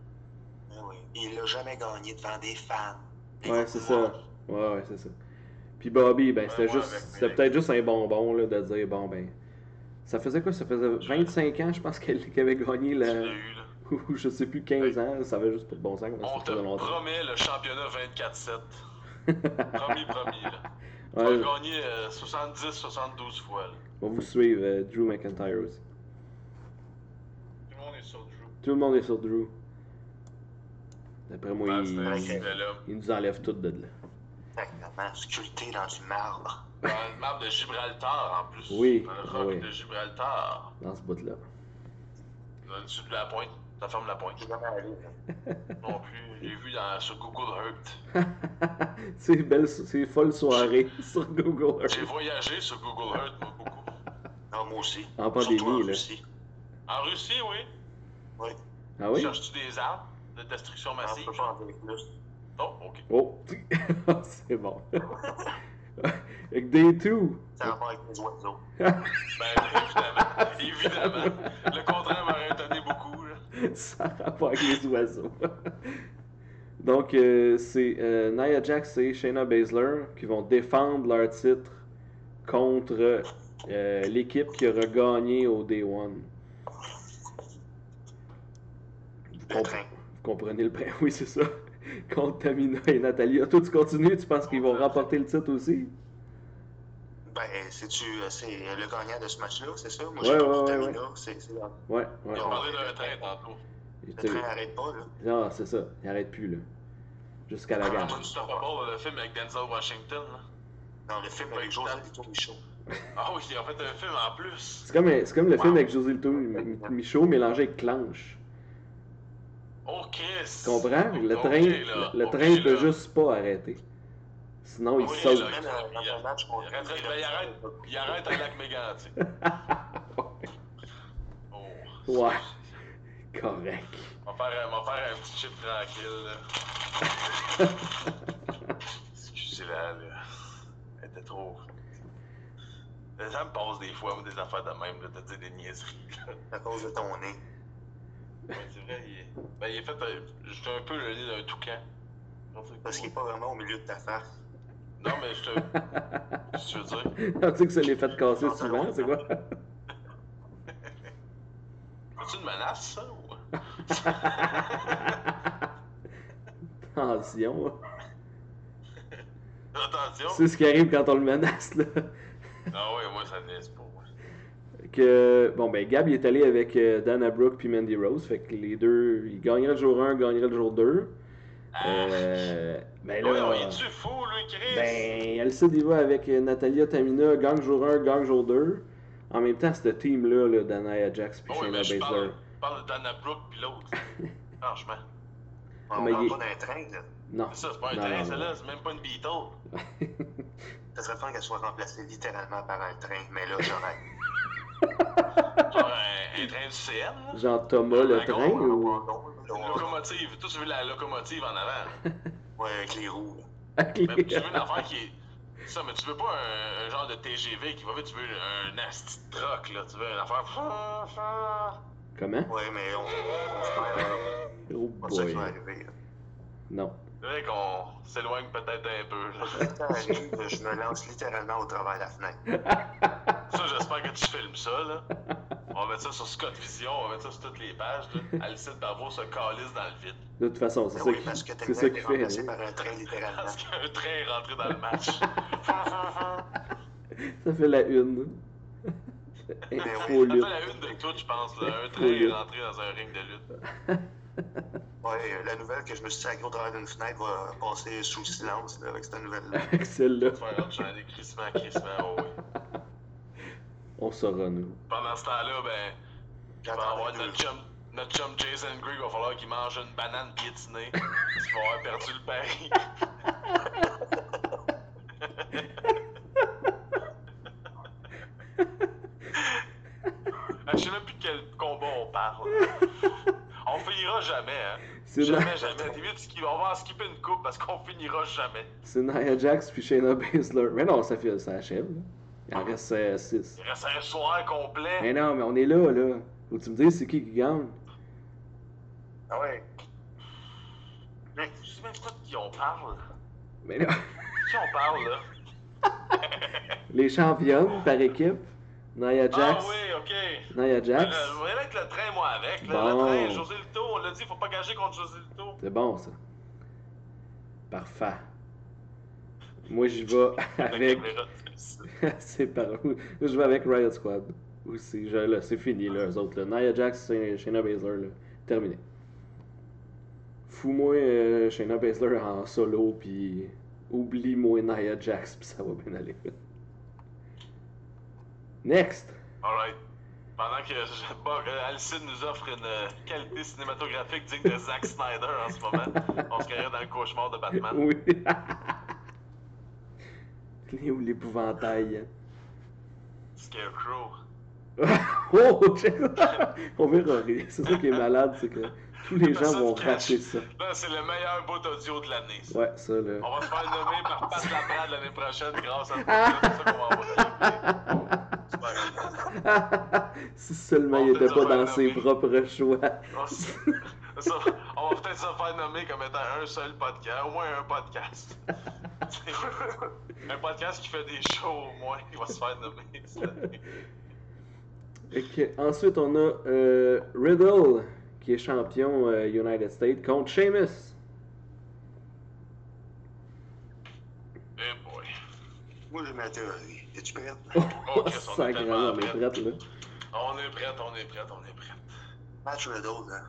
Ben oui. Il l'a jamais gagné devant des fans. Des Ouais, gens c'est qui ça. voient. Ouais, ouais, c'est ça. Puis Bobby, ben, Ouais, c'était ouais, juste, avec c'était Mélanie. peut-être juste un bonbon, là, de dire, bon, ben. Ça faisait quoi? Ça faisait 25 ans, je pense, qu'elle qu'elle avait gagné Tu [laughs] la. l'as eu, là. ou je sais plus, 15 ans. Ça avait juste pas de bon sens. On comment te Ça faisait [laughs] longtemps. promet le championnat 24-7. promis, promis, là. Tu Ouais, vas gagner 70-72 euh, fois, là. on va vous suivre, euh, Drew McIntyre aussi. Tout le monde est sur Drew. Tout le monde est sur Drew. D'après moi, Ah, il, c'est un là. il nous enlève tout de là. Exactement. Sculpté dans du marbre. Dans le map de Gibraltar en plus. Oui, Ah, Dans le roc oui. de Gibraltar. Dans ce bout-là. [laughs] Dans le sud de la pointe. Ça ferme la pointe. J'ai jamais allé. là. Non plus. J'ai vu dans, sur Google Earth. c'est belle, c'est folle soirée [laughs] sur Google Earth. J'ai voyagé sur Google Earth, moi, beaucoup. Non, moi aussi. En pandémie, Surtout en là. Russie. En Russie, oui. Oui. Ah oui? Cherches-tu des armes de destruction On massive? peut pas en dire plus. Non, ok. Oh! [laughs] c'est bon. [laughs] Avec des tout! Ça va pas avec les oiseaux. [laughs] Ben, évidemment. évidemment. Le contraire m'aurait étonné beaucoup. là. [laughs] Ça a rapport avec les oiseaux. [laughs] Donc, euh, c'est euh, Nia Jax et Shayna Baszler qui vont défendre leur titre contre euh, l'équipe qui aura gagné au Day One. Vous, Le train. vous comprenez le train? [laughs] Oui, c'est ça. Contre Tamina et Natalia. Toi, tu continues? Tu penses qu'ils vont remporter le titre aussi? Ben, c'est-tu, euh, c'est euh, le gagnant de ce match-là, c'est ça? Moi, Ouais, j'ai pas ouais, de ouais, Tamina, c'est, c'est- le Ouais, ouais. Ils ont parlé d'un train tantôt. train n'arrête pas, là. Ah, Non, c'est ça. Il arrête plus, là. Jusqu'à la Comme gare. tu te rappelles le film avec Denzel Washington. là. Dans le film avec José Lito Michaud. Ah oui, il a fait un film en plus. C'est comme, c'est comme le film Wow. avec José Lito Mi- Michaud mélangé avec Clanche. Oh, Chris! Tu comprends? Le Ok, train, là. le Ok, train peut là. juste pas arrêter. Sinon, il Oui, saute. là. Même euh, dans un match Il arrête, ben, il arrête, il arrête un lac méga, tu sais. [laughs] Oh. Ouais. Correct. [laughs] On va faire, on va faire un petit chip tranquille, là. Excusez-la, là. Elle était trop. Ça me passe des fois, moi, des affaires de même, là, de dire des [laughs] niaiseries. là. à cause de ton nez. Ouais, c'est vrai, il est. Ben, il est fait. euh, J'étais un peu le nez d'un toucan. Parce qu'il est pas vraiment au milieu de ta face. Non, mais je te. Qu'est-ce que tu veux dire? tu sais que ça les fait casser souvent, c'est quoi? [laughs] C'est une menace, ça? [laughs] ou- Attention. Attention! C'est ce qui arrive quand on le menace, là. Ah ouais, moi, ça me laisse pas. moi. Que, bon, ben, Gab, il est allé avec euh, Dana Brooke puis Mandy Rose. Fait que les deux, il gagnerait le jour 1, gagnerait le jour 2. Euh, ben là, Ouais, Ah, on est-tu fou, lui, Chris? Ben, Alcide il va avec euh, Natalia Tamina, gang jour 1, gang jour 2. En même temps, ce team-là, là, Dana Ajax puis Oh, oui, Shayna mais je parle, Baszler. je parle de Dana Brooke pis [laughs] l'autre. Franchement. On mais parle il- pas d'un train, là. Non. Ça, c'est pas un Non, train, non, celle-là, c'est même pas une Beatle. Ça serait fun qu'elle soit remplacée littéralement par un train, mais là, j'aurais. Genre un, un train du CN, là. non. Genre Thomas le Dragon, train Hein, ou. [laughs] Une locomotive. Toi, tu veux la locomotive en avant. là. Ouais, avec les roues, là. Mais tu veux une affaire qui est. Ça, mais tu veux pas un, un genre de TGV qui va vite, tu veux un asti de truck, là. Tu veux une affaire. Comment Ouais, mais on. on- on se perd, là. Oh C'est pas ça qui boy. va arriver, là. Non. C'est vrai qu'on s'éloigne peut-être un peu, [laughs] là. Quand ça arrive, je me lance littéralement au travers de la fenêtre. Ça, j'espère que tu filmes ça, là. On va mettre ça sur Scott Vision, on va mettre ça sur toutes les pages. Là. Alcide Barbeau se calisse dans le vide. [laughs] De toute façon, c'est Ben ça oui, qui- parce que c'est ça Texas qui est fait. remplacé hein. par un train littéralement. Parce qu'un train est rentré dans le match. Ça fait la Ben une. Ça Info fait lutte. la une de tout, je pense. Là. Un Trop train est lourd. rentré dans un ring de lutte. Ouais, euh, la nouvelle que je me suis sacrée au travers d'une fenêtre va passer sous silence là, avec cette nouvelle-là. Avec celle-là, Tu vas enchaîner crissement, crissement, oh oui. on saura nous. Pendant ce temps-là, ben, on va J'attends avoir les notre deux. chum, notre chum Jason Greg, va falloir qu'il mange une banane piétinée. parce qu'il va avoir perdu le pari. [laughs] Ah, Je sais même plus de quel combat on parle. On finira jamais, hein. C'est Jamais, Ni- jamais. T'es mieux de skipper- On va en skipper une coupe parce qu'on finira jamais. c'est Nia Jax puis Shayna Baszler. Mais non, ça, fait, ça achève. là. Il Ah. en reste 6. Il reste un soir complet. Mais non, mais on est là, là. Faut que tu me dises c'est qui qui gagne. Ah ouais. Mais je sais même pas de qui on parle. Mais là, De qui on parle, là? [laughs] les championnes par équipe. Nia Jax. Ah oui, ok. Euh, Nia Mais Jax. le- Vous voyez avec le train, moi, avec. là. Bon. Le train, José Lito, on l'a dit, faut pas gager contre José Lito. C'est bon, ça. Parfait. Moi, j'y vais avec. [laughs] c'est par où? Je vais avec Riot Squad. Aussi, je, là, c'est fini, là, eux autres. Là. Nia Jax, Shayna Shayna Baszler, là. terminé. Fous-moi euh, Shayna Baszler en solo, puis oublie-moi Nia Jax, puis ça va bien aller. Next! Alright. Pendant que je- bon, euh, Alcide nous offre une euh, qualité cinématographique digne de Zack Snyder en ce moment, [laughs] on se carrière dans le cauchemar de Batman. Oui! [laughs] Les- ou L'épouvantail. Scarecrow. [laughs] oh! check ça. [laughs] On verra rien. C'est ça qui est malade, c'est que tous Ah, les gens vont rater ça. Là, c'est le meilleur bout audio de l'année. ça. Ouais, ça, là. On va se faire nommer par Pat Laprade l'année prochaine grâce à toi. C'est ça qu'on va avoir. [laughs] si seulement il On fait n'était ça pas faire dans ses nommer. propres choix. [laughs] On s- ça- on va peut-être se faire nommer comme étant un seul podcast, au moins un podcast. un podcast qui fait des shows au moins, il va se faire nommer Eh cette année. Ok, Ensuite, on a euh, Riddle, qui est champion euh, United States, contre Sheamus. Eh boy. Moi, j'ai ma théorie. Es-tu prête? Oh, Chris, on [laughs] est Sacrément, tellement on est prêts. prête, là. On est prêts, on est prêts, on est prêts. Match Riddle, là,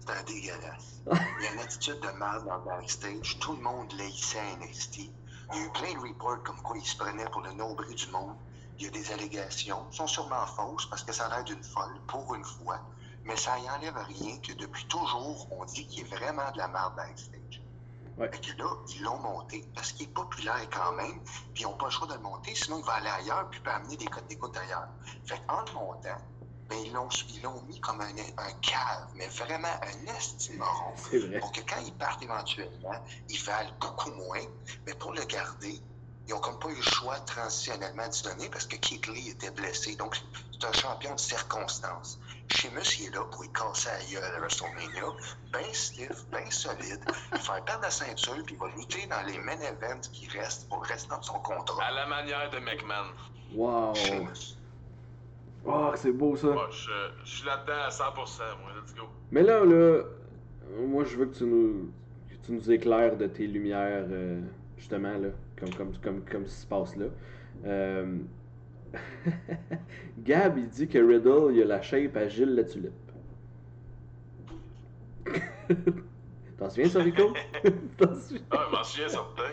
c'est un dégueulasse. Il y a une attitude de mal dans le backstage. Tout le monde l'haïssait à NXT. Il y a eu plein de reports comme quoi il se prenait pour le nombril du monde. Il y a des allégations. Elles sont sûrement fausses parce que ça a l'air d'une folle, pour une fois. Mais ça y enlève rien que depuis toujours, on dit qu'il est vraiment de la merde backstage. Ouais. Fait que là, ils l'ont monté parce qu'il est populaire quand même, puis ils n'ont pas le choix de le monter, sinon il va aller ailleurs, puis peut amener des codes d'écoute ailleurs. Fait qu'en le montant, ben, ils l'ont ils l'ont mis comme un, un cave, mais vraiment un estimoron. C'est vrai. Pour que quand ils partent éventuellement, ils valent beaucoup moins, mais pour le garder, ils ont comme pas eu le choix transitionnellement de se donner parce que Keith Lee était blessé. Donc, c'est un champion de circonstance. Sheamus, il est là pour y casser la gueule à WrestleMania. Ben stiff, ben solide. Il va faire perdre la ceinture, puis il va lutter dans les main events qui restent pour rester dans son contrat. À la manière de McMahon. Wow! Sheamus. Oh, c'est beau, ça. Moi, je, je suis là-dedans à 100%, moi, let's go. Mais là, là, moi je veux que tu nous, que tu nous éclaires de tes lumières, euh, justement, là, comme, comme, comme, comme ce qui se passe là. Euh, [laughs] Gab, il dit que Riddle, il a la shape à Gilles la Tulipe. [laughs] T'en souviens, ça, Rico? T'en souviens? Ah, je m'en souviens certain.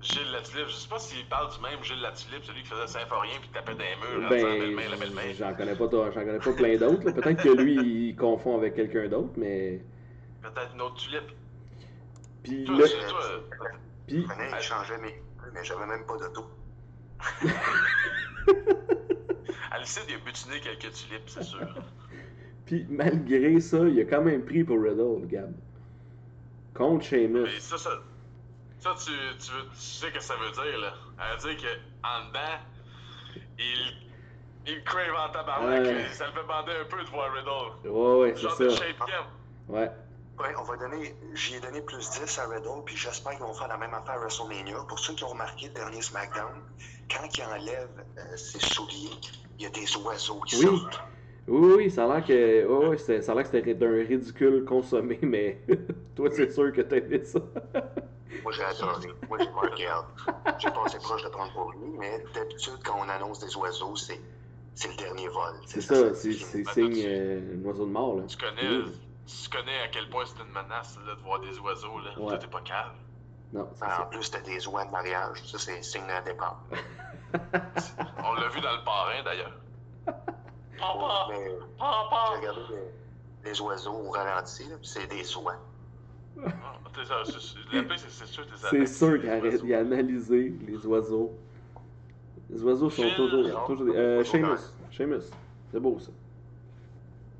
Gilles Latulippe, je sais pas s'il parle du même Gilles Latulippe, celui qui faisait Symphorien puis qui tapait dans les murs en disant la belle main, la belle Ben, main. j'en connais pas, toi- j'en connais pas plein d'autres. là. Peut-être que lui, il confond avec quelqu'un d'autre, mais. Peut-être une autre tulipe. Puis Toi, là- c'est toi. euh, puis- Je venais, il changeait mes mais j'avais même pas d'auto. Alcide, il a butiné quelques tulipes, c'est sûr. Puis malgré ça, il a quand même pris pour Riddle, Gab. Contre Mais Sheamus. ça, ça, ça tu, tu, veux- tu sais que ça veut dire, là. À dire qu'en dedans, il, il crave en tabarnak, Ouais. là. ça le fait bander un peu de voir Riddle. Ouais, ouais, Genre c'est de ça. shape cam. Ouais. Ouais, on va donner, j'y ai donné plus 10 à Riddle, puis j'espère qu'ils vont faire la même affaire à WrestleMania. Pour ceux qui ont remarqué le dernier SmackDown, quand il enlève euh, ses souliers, il y a des oiseaux qui Oui. sortent. Oui, oui, ça a l'air que ouais, ouais, c'était- ça a l'air que c'était d'un ridicule consommé, [laughs] mais toi, c'est sûr que t'as aimé ça. Moi, j'ai adoré. Moi, j'ai marqué out. J'ai passé proche de prendre pour lui, mais d'habitude, quand on annonce des oiseaux, c'est c'est le dernier vol. C'est ça, c'est c'est Ben, signe t'as-tu- euh, un oiseau de mort, là. Tu connais, Mm. tu connais à quel point c'est une menace là, de voir des oiseaux. Là. Ouais. Toi, t'es pas calme. Non, c'est Ah, ça. En plus, t'as des oies de mariage. Ça, c'est signe de départ. On l'a vu dans le parrain [laughs] d'ailleurs. Papa! Mais euh, j'ai Papa! regardé les, les oiseaux au ralenti, là, puis c'est des oies. Ah, t'es sûr, c'est- c'est- La paix, c'est- c'est sûr que t'es C'est attaqué, sûr les qu'il a, oiseaux. il a analysé les oiseaux. Les oiseaux sont Phil, toujours. non. toujours des- euh, Toujours Seamus. Seamus. C'est beau, ça.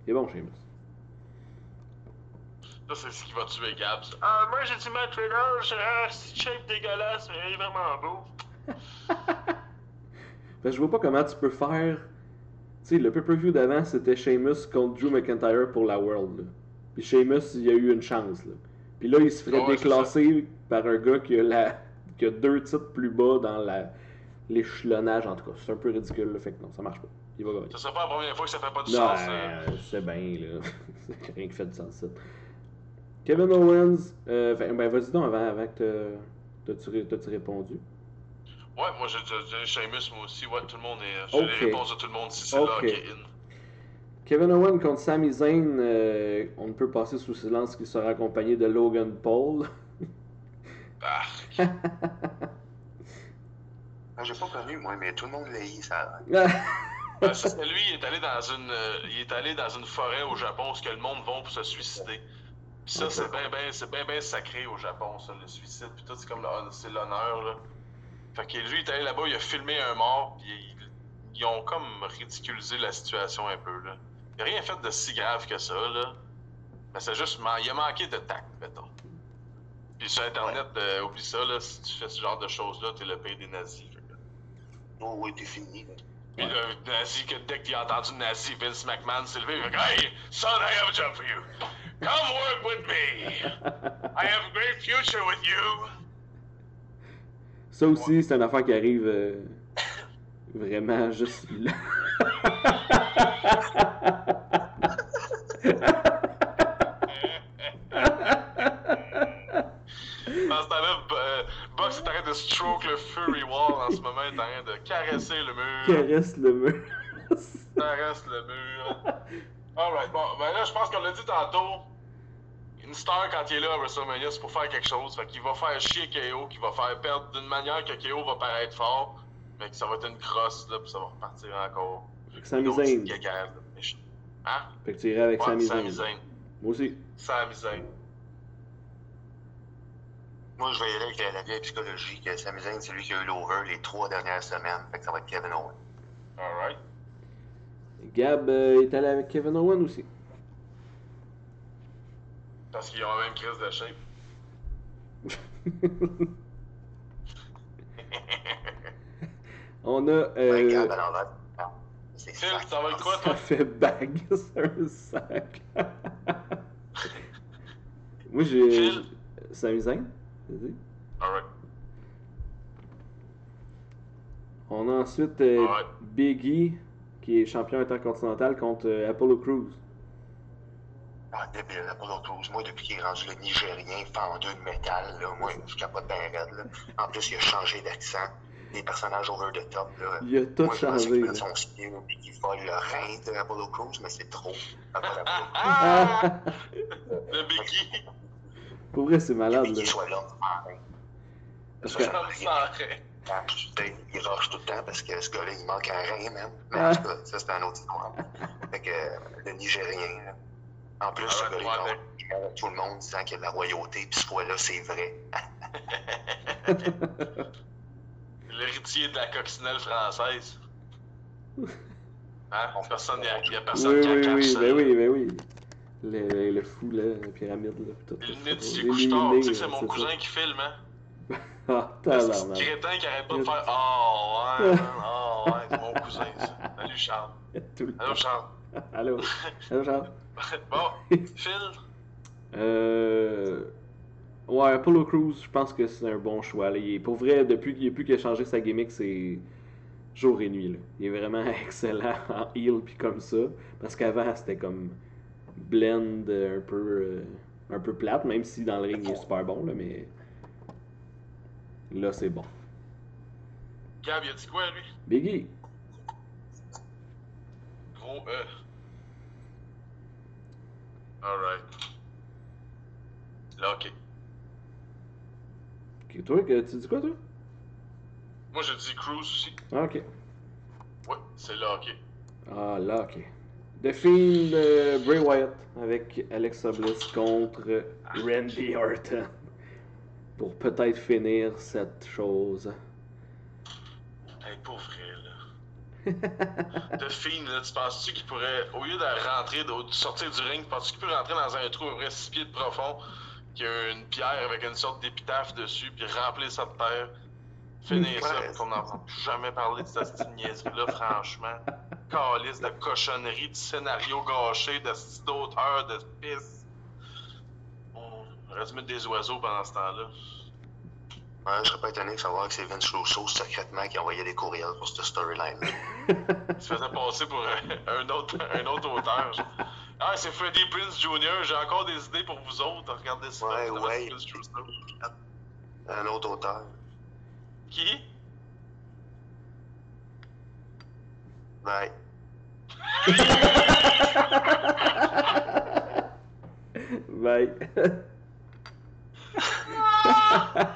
C'est bon, Seamus. Ça, c'est ce qui va tuer Gabs. Ah, moi, j'ai dit ma trailer, c'est un shape dégueulasse, mais il est vraiment beau. Fait que je vois pas comment tu peux faire. Tu sais, le pay-per-view d'avant, c'était Seamus contre Drew McIntyre pour la World. là. Puis Seamus, il a eu une chance. Là. Puis là, il se ferait Ouais, c'est déclasser par un gars qui a, la... qui a deux titres plus bas dans la... l'échelonnage, en tout cas. C'est un peu ridicule, le fait que non, ça marche pas. Il va gagner. Ça serait pas la première fois que ça fait pas du Non, sens. euh. euh, c'est bien, là. [laughs] c'est rien qui fait du sens, ça. Kevin Owens, euh, ben, ben, vas-y donc avant, avant que t'as- t'as-tu ré- t'as-tu répondu. Ouais, moi, j'ai- j'ai j'ai Seamus, moi aussi. Ouais, tout le monde est. J'ai Ok. les réponses de tout le monde si c'est Ok. là, ok, in. Kevin Owens contre Sami Zayn, euh, on ne peut passer sous silence qu'il sera accompagné de Logan Paul. [laughs] Ah, Ah, J'ai pas connu, moi, mais tout le monde l'a eu, ça. Ben, ça, c'est lui, il est allé dans une euh, il est allé dans une forêt au Japon où ce que le monde va pour se suicider. Puis ça, c'est bien ben, c'est ben, ben sacré au Japon, ça, le suicide. Puis tout, c'est comme le- c'est l'honneur, là. Fait que lui, il est allé là-bas, il a filmé un mort, puis il- ils ont comme ridiculisé la situation un peu, là. Il a rien fait de si grave que ça, là. Mais c'est juste, man- il a manqué de tact, mettons. Puis sur Internet, euh, oublie ça, là, si tu fais ce genre de choses-là, t'es le pays des nazis. Fait que- Oh, oui, t'es fini. là. puis le nazi, que dès qu'il a entendu nazi, Vince McMahon s'est levé, il fait Hey, son, I have a job for you. Come work with me. I have a great future with you. Ça aussi, c'est une affaire qui arrive euh, vraiment juste là. [laughs] Dans ce temps-là, B- euh, Box est en train de stroke le Fury Wall en ce moment, il est en train de caresser le mur. Caresse le mur. Caresse le mur. Alright, bon, ben là, je pense qu'on l'a dit tantôt. Une star, quand il est là à WrestleMania, c'est pour faire quelque chose. Fait qu'il va faire chier KO, qu'il va faire perdre d'une manière que KO va paraître fort, mais que ça va être une crosse, là, puis ça va repartir encore. Fait que Sami Une grosse Zayn. guéguerre, là, méchant. Hein? Fait que tu irais avec Ouais, Sami Sami Zayn. Zayn. Moi aussi. Sami Zayn. Moi, je vais y aller avec la, euh, la vieille psychologie que Sami Zayn, c'est lui qui a eu l'over les trois dernières semaines. Fait que ça va être Kevin Owens. [laughs] Alright. Gab euh, est allé avec Kevin Owens aussi. [laughs] Parce qu'ils ont la même crise de shape. Euh, On a. euh, Ouais, Gab, à l'envers. Non, C'est Phil, ça. ça va être quoi, Ça toi? fait bague, [laughs] c'est [laughs] un sac. Moi, j'ai. Phil. Sami Zayn, vas-y. Alright. On a ensuite euh, Ouais. Biggie, qui est champion intercontinental contre euh, Apollo Crews. Ah, débile, là, pour l'autre chose. Moi, depuis qu'il est rendu le Nigérien fendeux de métal, là, moi, je capote bien raide, là. En plus, il a changé d'accent. Des personnages over the top, là. Il a tout moi, je pensais changé, qu'il là. prenne son style, puis qu'il vole le rein de Apollo Crews, mais c'est trop. Après Apollo Crews, Ah! Le Biggie! [laughs] Pour vrai, c'est malade, là. qu'il soit là, ah, ben, Parce que- Ça me sent ah, putain, il roche tout le temps parce que ce gars-là, il manque un rein, même. Mais en tout cas, ça, c'est un autre histoire. Fait que, euh, le Nigérien, là. En plus, ce Ah, ouais, gars-là, il ouais. compte- il parle à tout le monde disant qu'il y a de la royauté, puis ce fois-là, c'est vrai. L'héritier de la coccinelle française. Hein? Personne, il n'y a, Oui, personne oui, qui a capte [laughs] oui, ça. ben oui, ben oui. Le, le- le fou, là, la pyramide, là. Tout, Les tout, lunettes tout, du éliminé, couche-tard, tu sais que c'est là, mon ça. cousin qui filme, hein? Ah, C'est ce tabarnak. crétin qui arrête pas de [laughs] faire « Oh, ouais, man, oh, ouais, c'est mon cousin, ça. » Salut Charles. Tout le Allô temps. Charles. Allô? Allô, Charles? [laughs] Bon, Phil, Euh... Ouais, Apollo Crews, je pense que c'est un bon choix. là. Il est- Pour vrai, depuis qu'il a plus qu'à changer sa gimmick, c'est. jour et nuit. Là. Il est vraiment [laughs] excellent en heal puis comme ça. Parce qu'avant, c'était comme blend euh, un peu, euh, un peu plate, même si dans le ring, il est super bon. Là, mais là, c'est bon. Gab, il a dit quoi, lui? Biggie, Gros E. Alright. Là, ok. ok, toi, que- tu dis quoi, toi? Moi, je dis Cruise aussi. Ah, ok. Ouais, c'est là, ok. Ah, là, ok. The Fiend euh, Bray Wyatt avec Alexa Bliss contre Randy Orton. Pour peut-être finir cette chose. [laughs] Hey, pour vrai, là. De Fiend, là, tu penses-tu qu'il pourrait, au lieu de rentrer, de sortir du ring, penses-tu qu'il peut rentrer dans un trou à peu près six pieds de profond, qui a une pierre avec une sorte d'épitaphe dessus, puis remplir ça de terre, finir ça, puis qu'on n'entend plus jamais parler de cette petite niaiserie-là, franchement. Calice de cochonnerie, de scénario gâché, de style d'auteur, de pisse. On aurait dû mettre des oiseaux pendant ce temps-là. Ouais, je serais pas étonné de savoir que c'est Vince Russo secrètement qui envoyait des courriels pour cette storyline. Il se faisait passer pour [laughs] un, un autre, un autre auteur. genre. Ah, c'est Freddie Prince Jr., j'ai encore des idées pour vous autres. Regardez ça. Ouais, c'est ouais. Freddie Prinze Jr. Un autre auteur. Qui Ouais. Bye. [laughs]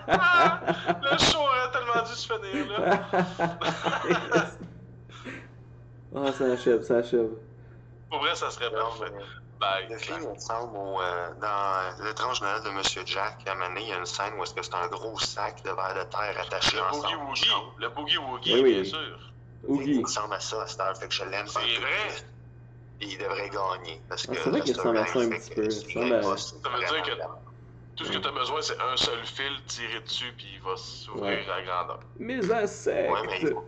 Ah, Le show aurait tellement dû se finir, là. Yes. Ah, ça achève, ça achève. Pour vrai, ça serait Non, parfait. mais- Bye. Le film il ressemble au, euh, dans l'étrange Noël de Monsieur Jack. À un moment donné, il y a une scène où est-ce que c'est un gros sac de verre de terre attaché Le ensemble. Boogie Woogie. Le Boogie Woogie, Oui, oui. bien sûr. Oogie. Il ressemble à ça à cette heure, fait que je l'aime. C'est vrai. Et il devrait gagner. Parce que Ah, c'est vrai qu'il ressemble à ça un petit peu. Il ressemble à- Ça veut dire que- Tout ce que t'as besoin, c'est un seul fil tiré dessus, puis il va s'ouvrir Ouais. à grandeur. Mes insectes. Ouais, mais il faut-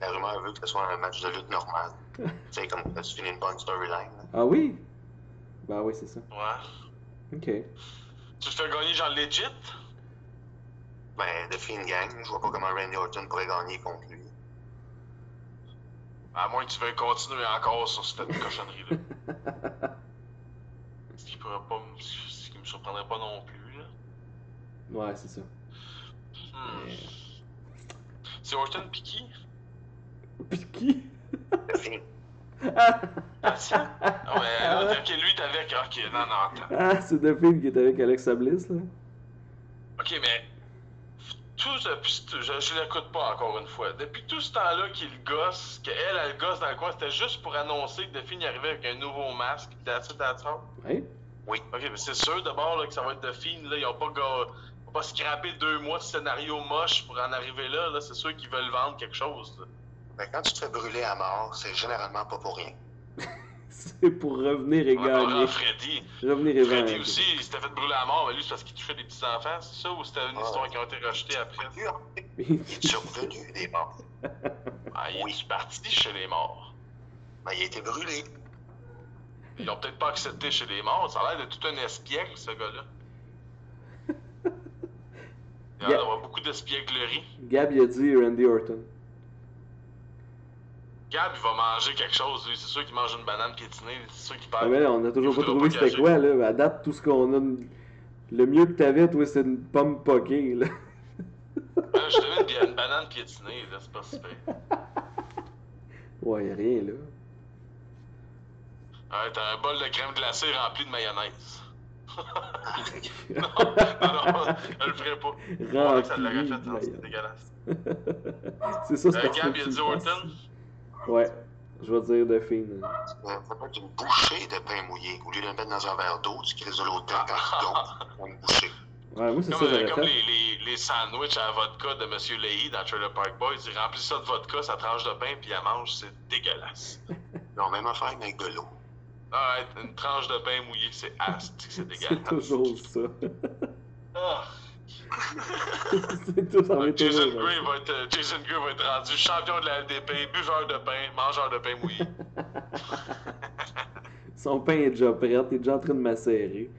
La rumeur veut que ce soit un match de lutte normal. [laughs] tu sais, comme ça se finit une bonne storyline. là. Ah oui? Bah oui, c'est ça. Ouais. Ok. [laughs] Tu te fais gagner, genre, legit Ben, The Fiend Gang, je vois pas comment Randy Orton pourrait gagner contre lui. À moins que tu veuilles continuer encore sur cette cochonnerie-là. ce qui pourrait pas me... ce qui me surprendrait pas non plus, là. Ouais, c'est ça. Hmm. C'est Orton Picky? Puis qui? The Fiend, Ah, tiens. Ah ouais, là, ok, lui, t'es avec. Ok, non, non, attends. Ah, c'est The Fiend qui est avec Alexa Bliss, là. Ok, mais. Tout depuis. ce- Je, je l'écoute pas encore une fois. Depuis tout ce temps-là qu'il gosse, qu'elle, elle gosse dans le coin, c'était juste pour annoncer que Duffy y arrivait avec un nouveau masque, pis that's it, that's all. Ouais. Ok, mais c'est sûr d'abord là, que ça va être de fine. Là. Ils n'ont pas, ga- ils ont pas scrappé deux mois de scénario moche pour en arriver là. là. C'est sûr qu'ils veulent vendre quelque chose. là. ben, quand tu te fais brûler à mort, c'est généralement pas pour rien. C'est pour revenir et On va parler à gagner. Freddy. Revenir et Freddy gagner. aussi, il s'était fait brûler à mort, mais lui, c'est parce qu'il touchait des petits-enfants, c'est ça? Ou c'était une Ah. histoire qui a été rejetée après? Survenu des morts. Ah, il est parti chez les morts. Ben, il a été brûlé. Ils l'ont peut-être pas accepté chez les morts. Ça a l'air de tout un espiègle, ce gars-là. Il a l'air Yeah. d'avoir beaucoup d'espièglerie. Gab, il a dit Randy Orton. Gab, il va manger quelque chose, lui. C'est sûr qu'il mange une banane piétinée. C'est sûr qu'il Ah, parle. mais on a Il toujours pas voudra trouvé pas c'était gager. quoi, là. À date, tout ce qu'on a. Le mieux que t'avais, toi, c'est une pomme poquée, là. Ouais, Ah, je te mets une, bi- une banane piétinée, là, c'est pas super. Ouais, y'a rien, là. Ah Ouais, t'as un bol de crème glacée rempli de mayonnaise. [laughs] non, non, [laughs] non, je le ferai pas. Ah, On dirait que ça l'aurait Rempli fait, de non, c'est mayonnaise. dégueulasse. c'est euh, ça, c'est Euh, parce Gab, que il a tu dit le fasses. Orton. Ouais. Je vais dire The Fiend. Euh, Ça peut être une bouchée de pain mouillé. Au lieu de le mettre dans un verre d'eau, tu crises de l'eau dedans quand tu gonfles, on le bouchée. Ouais, moi, c'est ça, Comme, euh, j'aurais comme fait. les, les, les sandwichs à vodka de Monsieur Leahy dans Trailer Park Boys. Il remplit ça de vodka, sa tranche de pain, puis il la mange, c'est dégueulasse. Non, même affaire, mais avec de l'eau. Alright, une tranche de pain mouillée, c'est asti, c'est [laughs] C'est dégueulasse. toujours ça. [laughs] Ah. c'est tout, ça m'est Jason toujours. Gray, va être, euh, Jason Gray va être rendu champion de la LDP, buveur de pain, mangeur de pain mouillé. [laughs] Son pain est déjà prêt, il est déjà en train de macérer.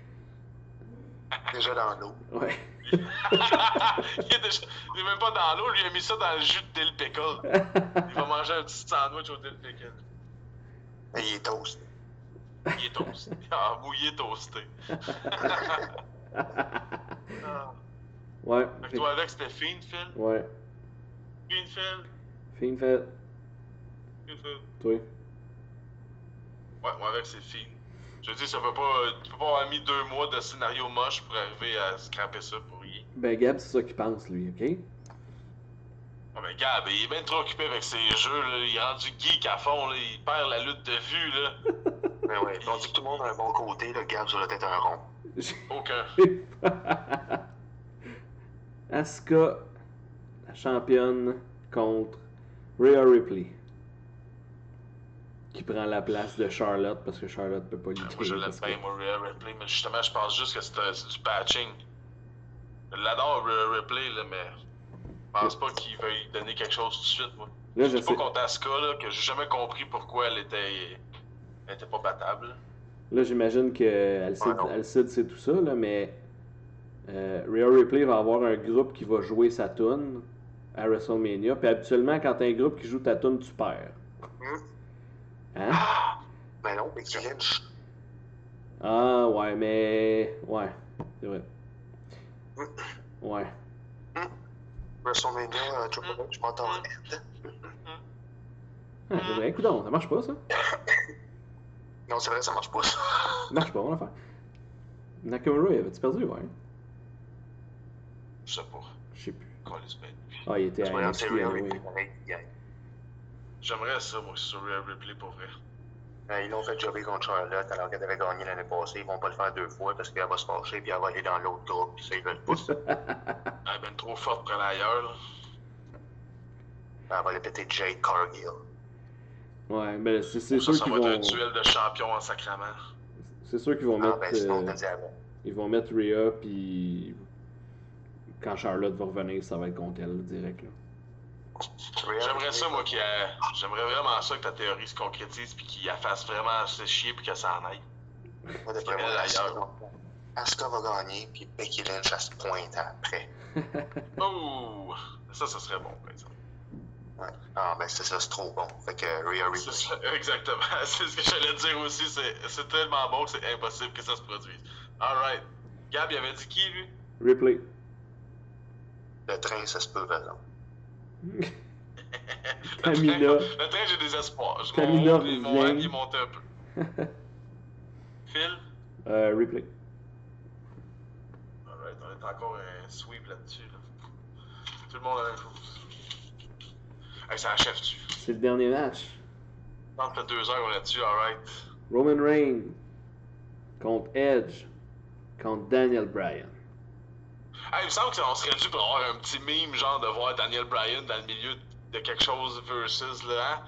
Déjà dans l'eau. Ouais. Il il, est déjà- il est même pas dans l'eau, lui il a mis ça dans le jus de Dill Pickle. Il va manger un petit sandwich au Dill Pickle. Il est toast. [laughs] Il est toasté. Ah, mouillé toasté. Ah. [laughs] Ouais. Fait que fait- toi avec, c'était Fiend Phil. Ouais. Fiend Phil. Fin fait. Fiend Phil. Toi. Ouais, moi avec, c'est Fiend. Je veux dire, ça peut pas, tu peux pas avoir mis deux mois de scénario moche pour arriver à scraper ça pour rien. Ben, Gab, c'est ça qu'il pense, lui, ok? Ah mais Gab, il est bien trop occupé avec ses jeux, là. il est rendu geek à fond, là. il perd la lutte de vue, là. Mais Ben ouais, on dit que tout le monde a un bon côté, le Gab sur la tête un rond. [laughs] Aucun. Asuka, la championne, contre Rhea Ripley. Qui prend la place de Charlotte parce que Charlotte peut pas lutter. Ah, Moi, je l'aime parce que- bien, moi, Rhea Ripley, mais justement, je pense juste que c'est un- c'est du patching. Je l'adore, Rhea Ripley, là, mais je pense pas qu'il veuille donner quelque chose tout de suite, moi. Là, Je je suis pas sais. contre Asuka, là, que j'ai jamais compris pourquoi elle était, elle était pas battable. Là, j'imagine qu'elle sait, Ouais, non. elle sait, c'est tout ça, là, mais euh, Rhea Ripley va avoir un groupe qui va jouer sa tune à WrestleMania. Puis habituellement, quand t'as un groupe qui joue ta tune, tu perds. Hmm. Hein? Mais Ben non, mais qui Lynch. Ah, ouais, mais. Ouais, c'est vrai. Ouais. WrestleMania, euh, Triple H, je m'entends. Mm-hmm. Ah, c'est vrai. Coudonc, ça marche pas, ça. Non, c'est vrai, ça marche pas, ça. Ça marche pas, mon affaire. Nakamura, il avait-tu perdu, ouais? Je sais pas. Je sais plus. Quoi, les semaines. Ah, il était C'est à vrai, NXT, c'est vrai, anyway. oui, pareil, gang. J'aimerais ça, moi, sur Rhea Ripley, pour vrai. Euh, Ils l'ont fait jobber contre Charlotte alors qu'elle avait gagné l'année passée. Ils vont pas le faire deux fois parce qu'elle va se fâcher puis elle va aller dans l'autre groupe. Puis ça, ils veulent [laughs] pas ça. Elle est ben trop forte pour aller ailleurs, là. Elle va le péter Jade Cargill. Ouais, mais c'est c'est Ça, sûr ça qu'ils va être un vont. duel de champions en sacrament. C'est sûr qu'ils vont Ah, mettre. ben sinon, euh, t'as dit avant. Ils vont mettre Rhea, puis quand Charlotte va revenir, ça va être contre elle direct. Là. J'aimerais ça, moi, qu'il y ait- J'aimerais vraiment ça que ta théorie se concrétise puis qu'il la fasse vraiment assez chier puis que ça en aille. Moi, d'après moi, Elle, Asuka ailleurs. va- Asuka va gagner puis Becky Lynch, elle se pointe après. Oh! Ça, ça serait bon, par exemple. [laughs] Ouais. Ah, ben c'est ça, c'est trop bon. Fait que Rhea C'est Ripley. ça, exactement. [laughs] C'est ce que j'allais dire aussi. C'est c'est tellement bon que c'est impossible que ça se produise. Alright. Gab, il avait dit qui, lui? [laughs] Ripley. [laughs] Le train, ça se peut, par exemple. Le train- Tamina. Le train, j'ai des espoirs. Je- Tamina mon- Mon revient. rêve, il montait un peu. Phil? Euh, Ripley. Alright, on est encore un sweep là-dessus. Là. Tout le monde a la même chose. Hey, ça achève-tu? C'est le dernier match. Ça fait deux heures qu'on est là-dessus, alright. Roman Reigns contre Edge contre Daniel Bryan. Hey, il me semble qu'on serait dû pour avoir un petit mime, genre de voir Daniel Bryan dans le milieu de quelque chose versus là. Hein?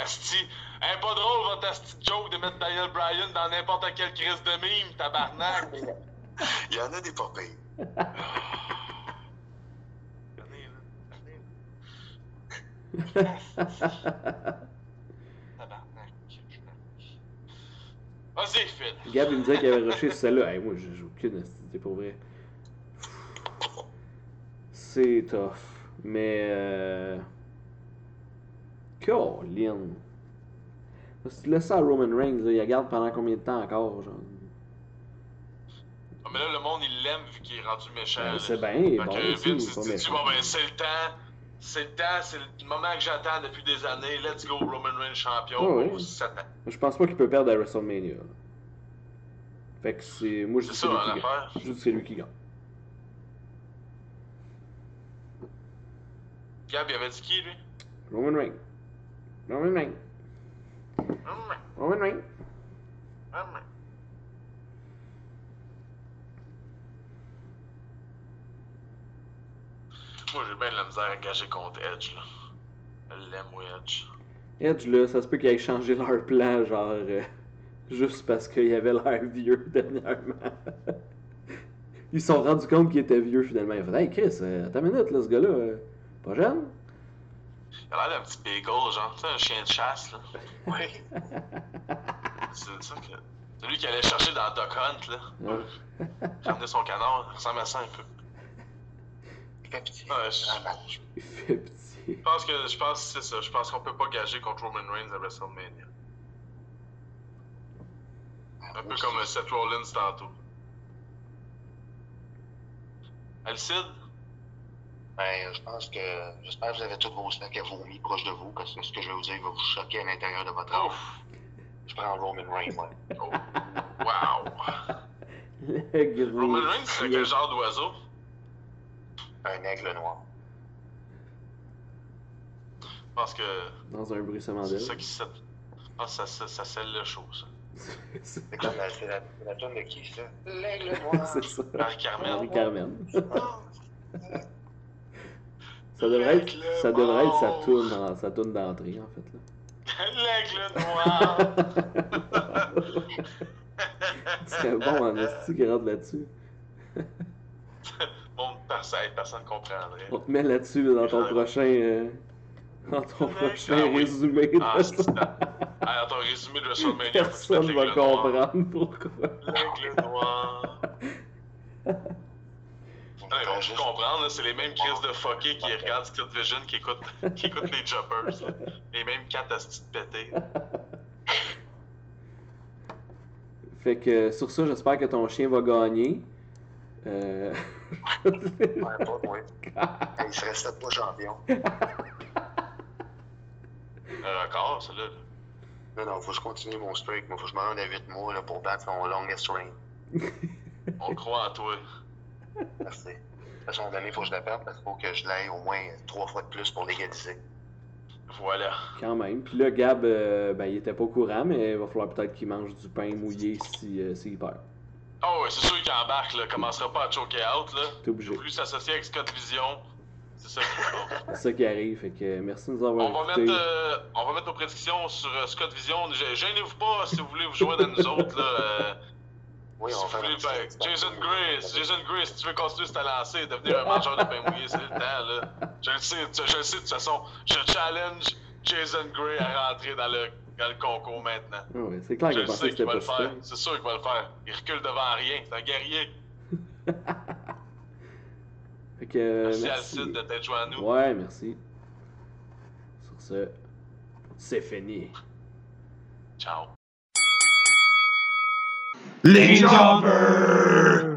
Asti, hey, pas drôle votre asti de joke de mettre Daniel Bryan dans n'importe quelle crise de mime, tabarnak. Il y en a des pas pires. Venez, là. Venez, là. Tabarnak. Vas-y, Phil. Gab, il me disait qu'il avait rushé celle-là. Hey, moi, je joue aucune astuce, pour vrai. C'est tough. Mais. Euh... Colin. Parce que tu laisses ça à Roman Reigns, là, il regarde pendant combien de temps encore, genre. Ah, mais là, le monde, il l'aime vu qu'il est rendu méchant. Ben, là. c'est bien, il Fait est bon, que aussi, il est Vince, pas il se dit, méchant. bon, ben, c'est le temps. C'est le temps, c'est le moment que j'attends depuis des années. Let's go, Roman Reigns champion. Ouais, ouais. Oh, Satan. Je pense pas qu'il peut perdre à WrestleMania. là. Fait que c'est. Moi, je dis C'est que ça, c'est hein, lui qui gagne. l'affaire. Je dis que c'est lui qui gagne. Gab, il avait dit qui, lui Roman Reigns. Roman Reigns. Hum, Roman Reigns. hum. Moi, j'ai bien de la misère à gager contre Edge, là. Je l'aime, oui, Edge. Edge, là, ça se peut qu'ils aient changé leur plan, genre. euh, juste parce qu'il avait l'air vieux [laughs] dernièrement. Ils se sont rendus compte qu'il était vieux finalement. Ils ont fait Hey Chris, euh, attends une minute, là, ce gars-là, euh, pas [laughs] jeune. Il a l'air d'un petit beagle, genre, tu sais, un chien de chasse, là. [laughs] Oui. C'est ça que. Celui qui allait chercher dans Duck Hunt, là. Ouais. Qui emmenait son canard, il ressemble à ça un peu. fait pitié. Ouais, je- Ah, match. Il fait pitié. Je pense que je pense que c'est ça. Je pense qu'on peut pas gager contre Roman Reigns à WrestleMania. Un peu comme Seth Rollins tantôt. Alcide? Ah, Ben, je pense que. J'espère que vous avez tous vos snacks à vomi proche de vous, parce que ce que je vais vous dire va vous choquer à l'intérieur de votre âme. Ouf! Je prends Roman [laughs] Reigns, moi. Oh. Wow! Le gros. Roman Reigns, c'est quel genre d'oiseau? Un aigle noir. Je pense que Dans un bruissement c'est d'aile. [laughs] ça qui se... Je pense que ça, ça, ça scelle le show, ça. C'est comme la, c'est la, c'est la toune de qui, ça? L'aigle noir. [laughs] C'est ça. Marie Carmen. Henri [laughs] Carmen. Ça devrait Avec être, le ça devrait être sa mort. tourne, dans- sa tourne d'entrée, en fait. L'aigle noir! Là. Ah. [laughs] C'est bon, en esti qui rentre là-dessus. [laughs] Bon, personne, personne comprendrait. On te met là-dessus dans ton prochain. euh, dans ton prochain Ah oui. résumé. de Ah, c'est ça. ça. Ah, dans ton résumé de WrestleMania, faut que tu Personne mettes va l'aigle noir. comprendre pourquoi. L'aigle noir. Vous ben, Non, ils vont avez tout juste- comprendre, là, c'est les mêmes crises de fuckés qui regardent Street Vision, qui écoutent, qui écoutent les Jumpers. là. Les mêmes quatre à se petites péter. Fait que sur ça, j'espère que ton chien va gagner. Euh... Ouais, pas [laughs] moi. Hey, Il serait sept pas champion. Un record, celui-là. là. Non, non, faut que je continue mon streak. Moi, faut que je me rende à 8 mois là, pour battre mon longest reign. On croit en toi. Merci. De toute façon, demain, faut que je la perde parce qu'il faut que je l'aille au moins trois fois de plus pour l'égaliser. Voilà. [laughs] Quand même. Puis là, Gab, euh, ben, il était pas au courant, mais il va falloir peut-être qu'il mange du pain mouillé si, euh, s'il perd. Oh, ouais, c'est sûr qu'il embarque, là. Commencera pas à choker out, là. T'es obligé. Plus s'associer avec Scott Vision. C'est ça qui compte. C'est ça qui arrive. Fait que euh, merci de nous On avoir va, écoutés. mettre, euh, on va mettre nos prédictions sur euh, Scott Vision. G- Gênez-vous pas si vous voulez vous jouer dans nous autres. Là, euh, Oui, si on vous va faire voulez, un ben, petit- Jason Gray, si Jason Gray, si tu veux continuer ta lancée et devenir [laughs] un mangeur de pain mouillé, c'est le temps. Là. Je le sais, tu- je le sais de toute façon. Je challenge Jason Gray à rentrer dans le, dans le concours maintenant. Ah ouais, c'est clair Je que je le pensais sais que c'était qu'il va pas le faire. possible. C'est sûr qu'il va le faire. Il recule devant rien. C'est un guerrier. [laughs] Fait que euh, Merci, merci. Alcide de t'être joint à nous. Ouais, merci. Sur ce, c'est fini. Ciao. Les Jobbers!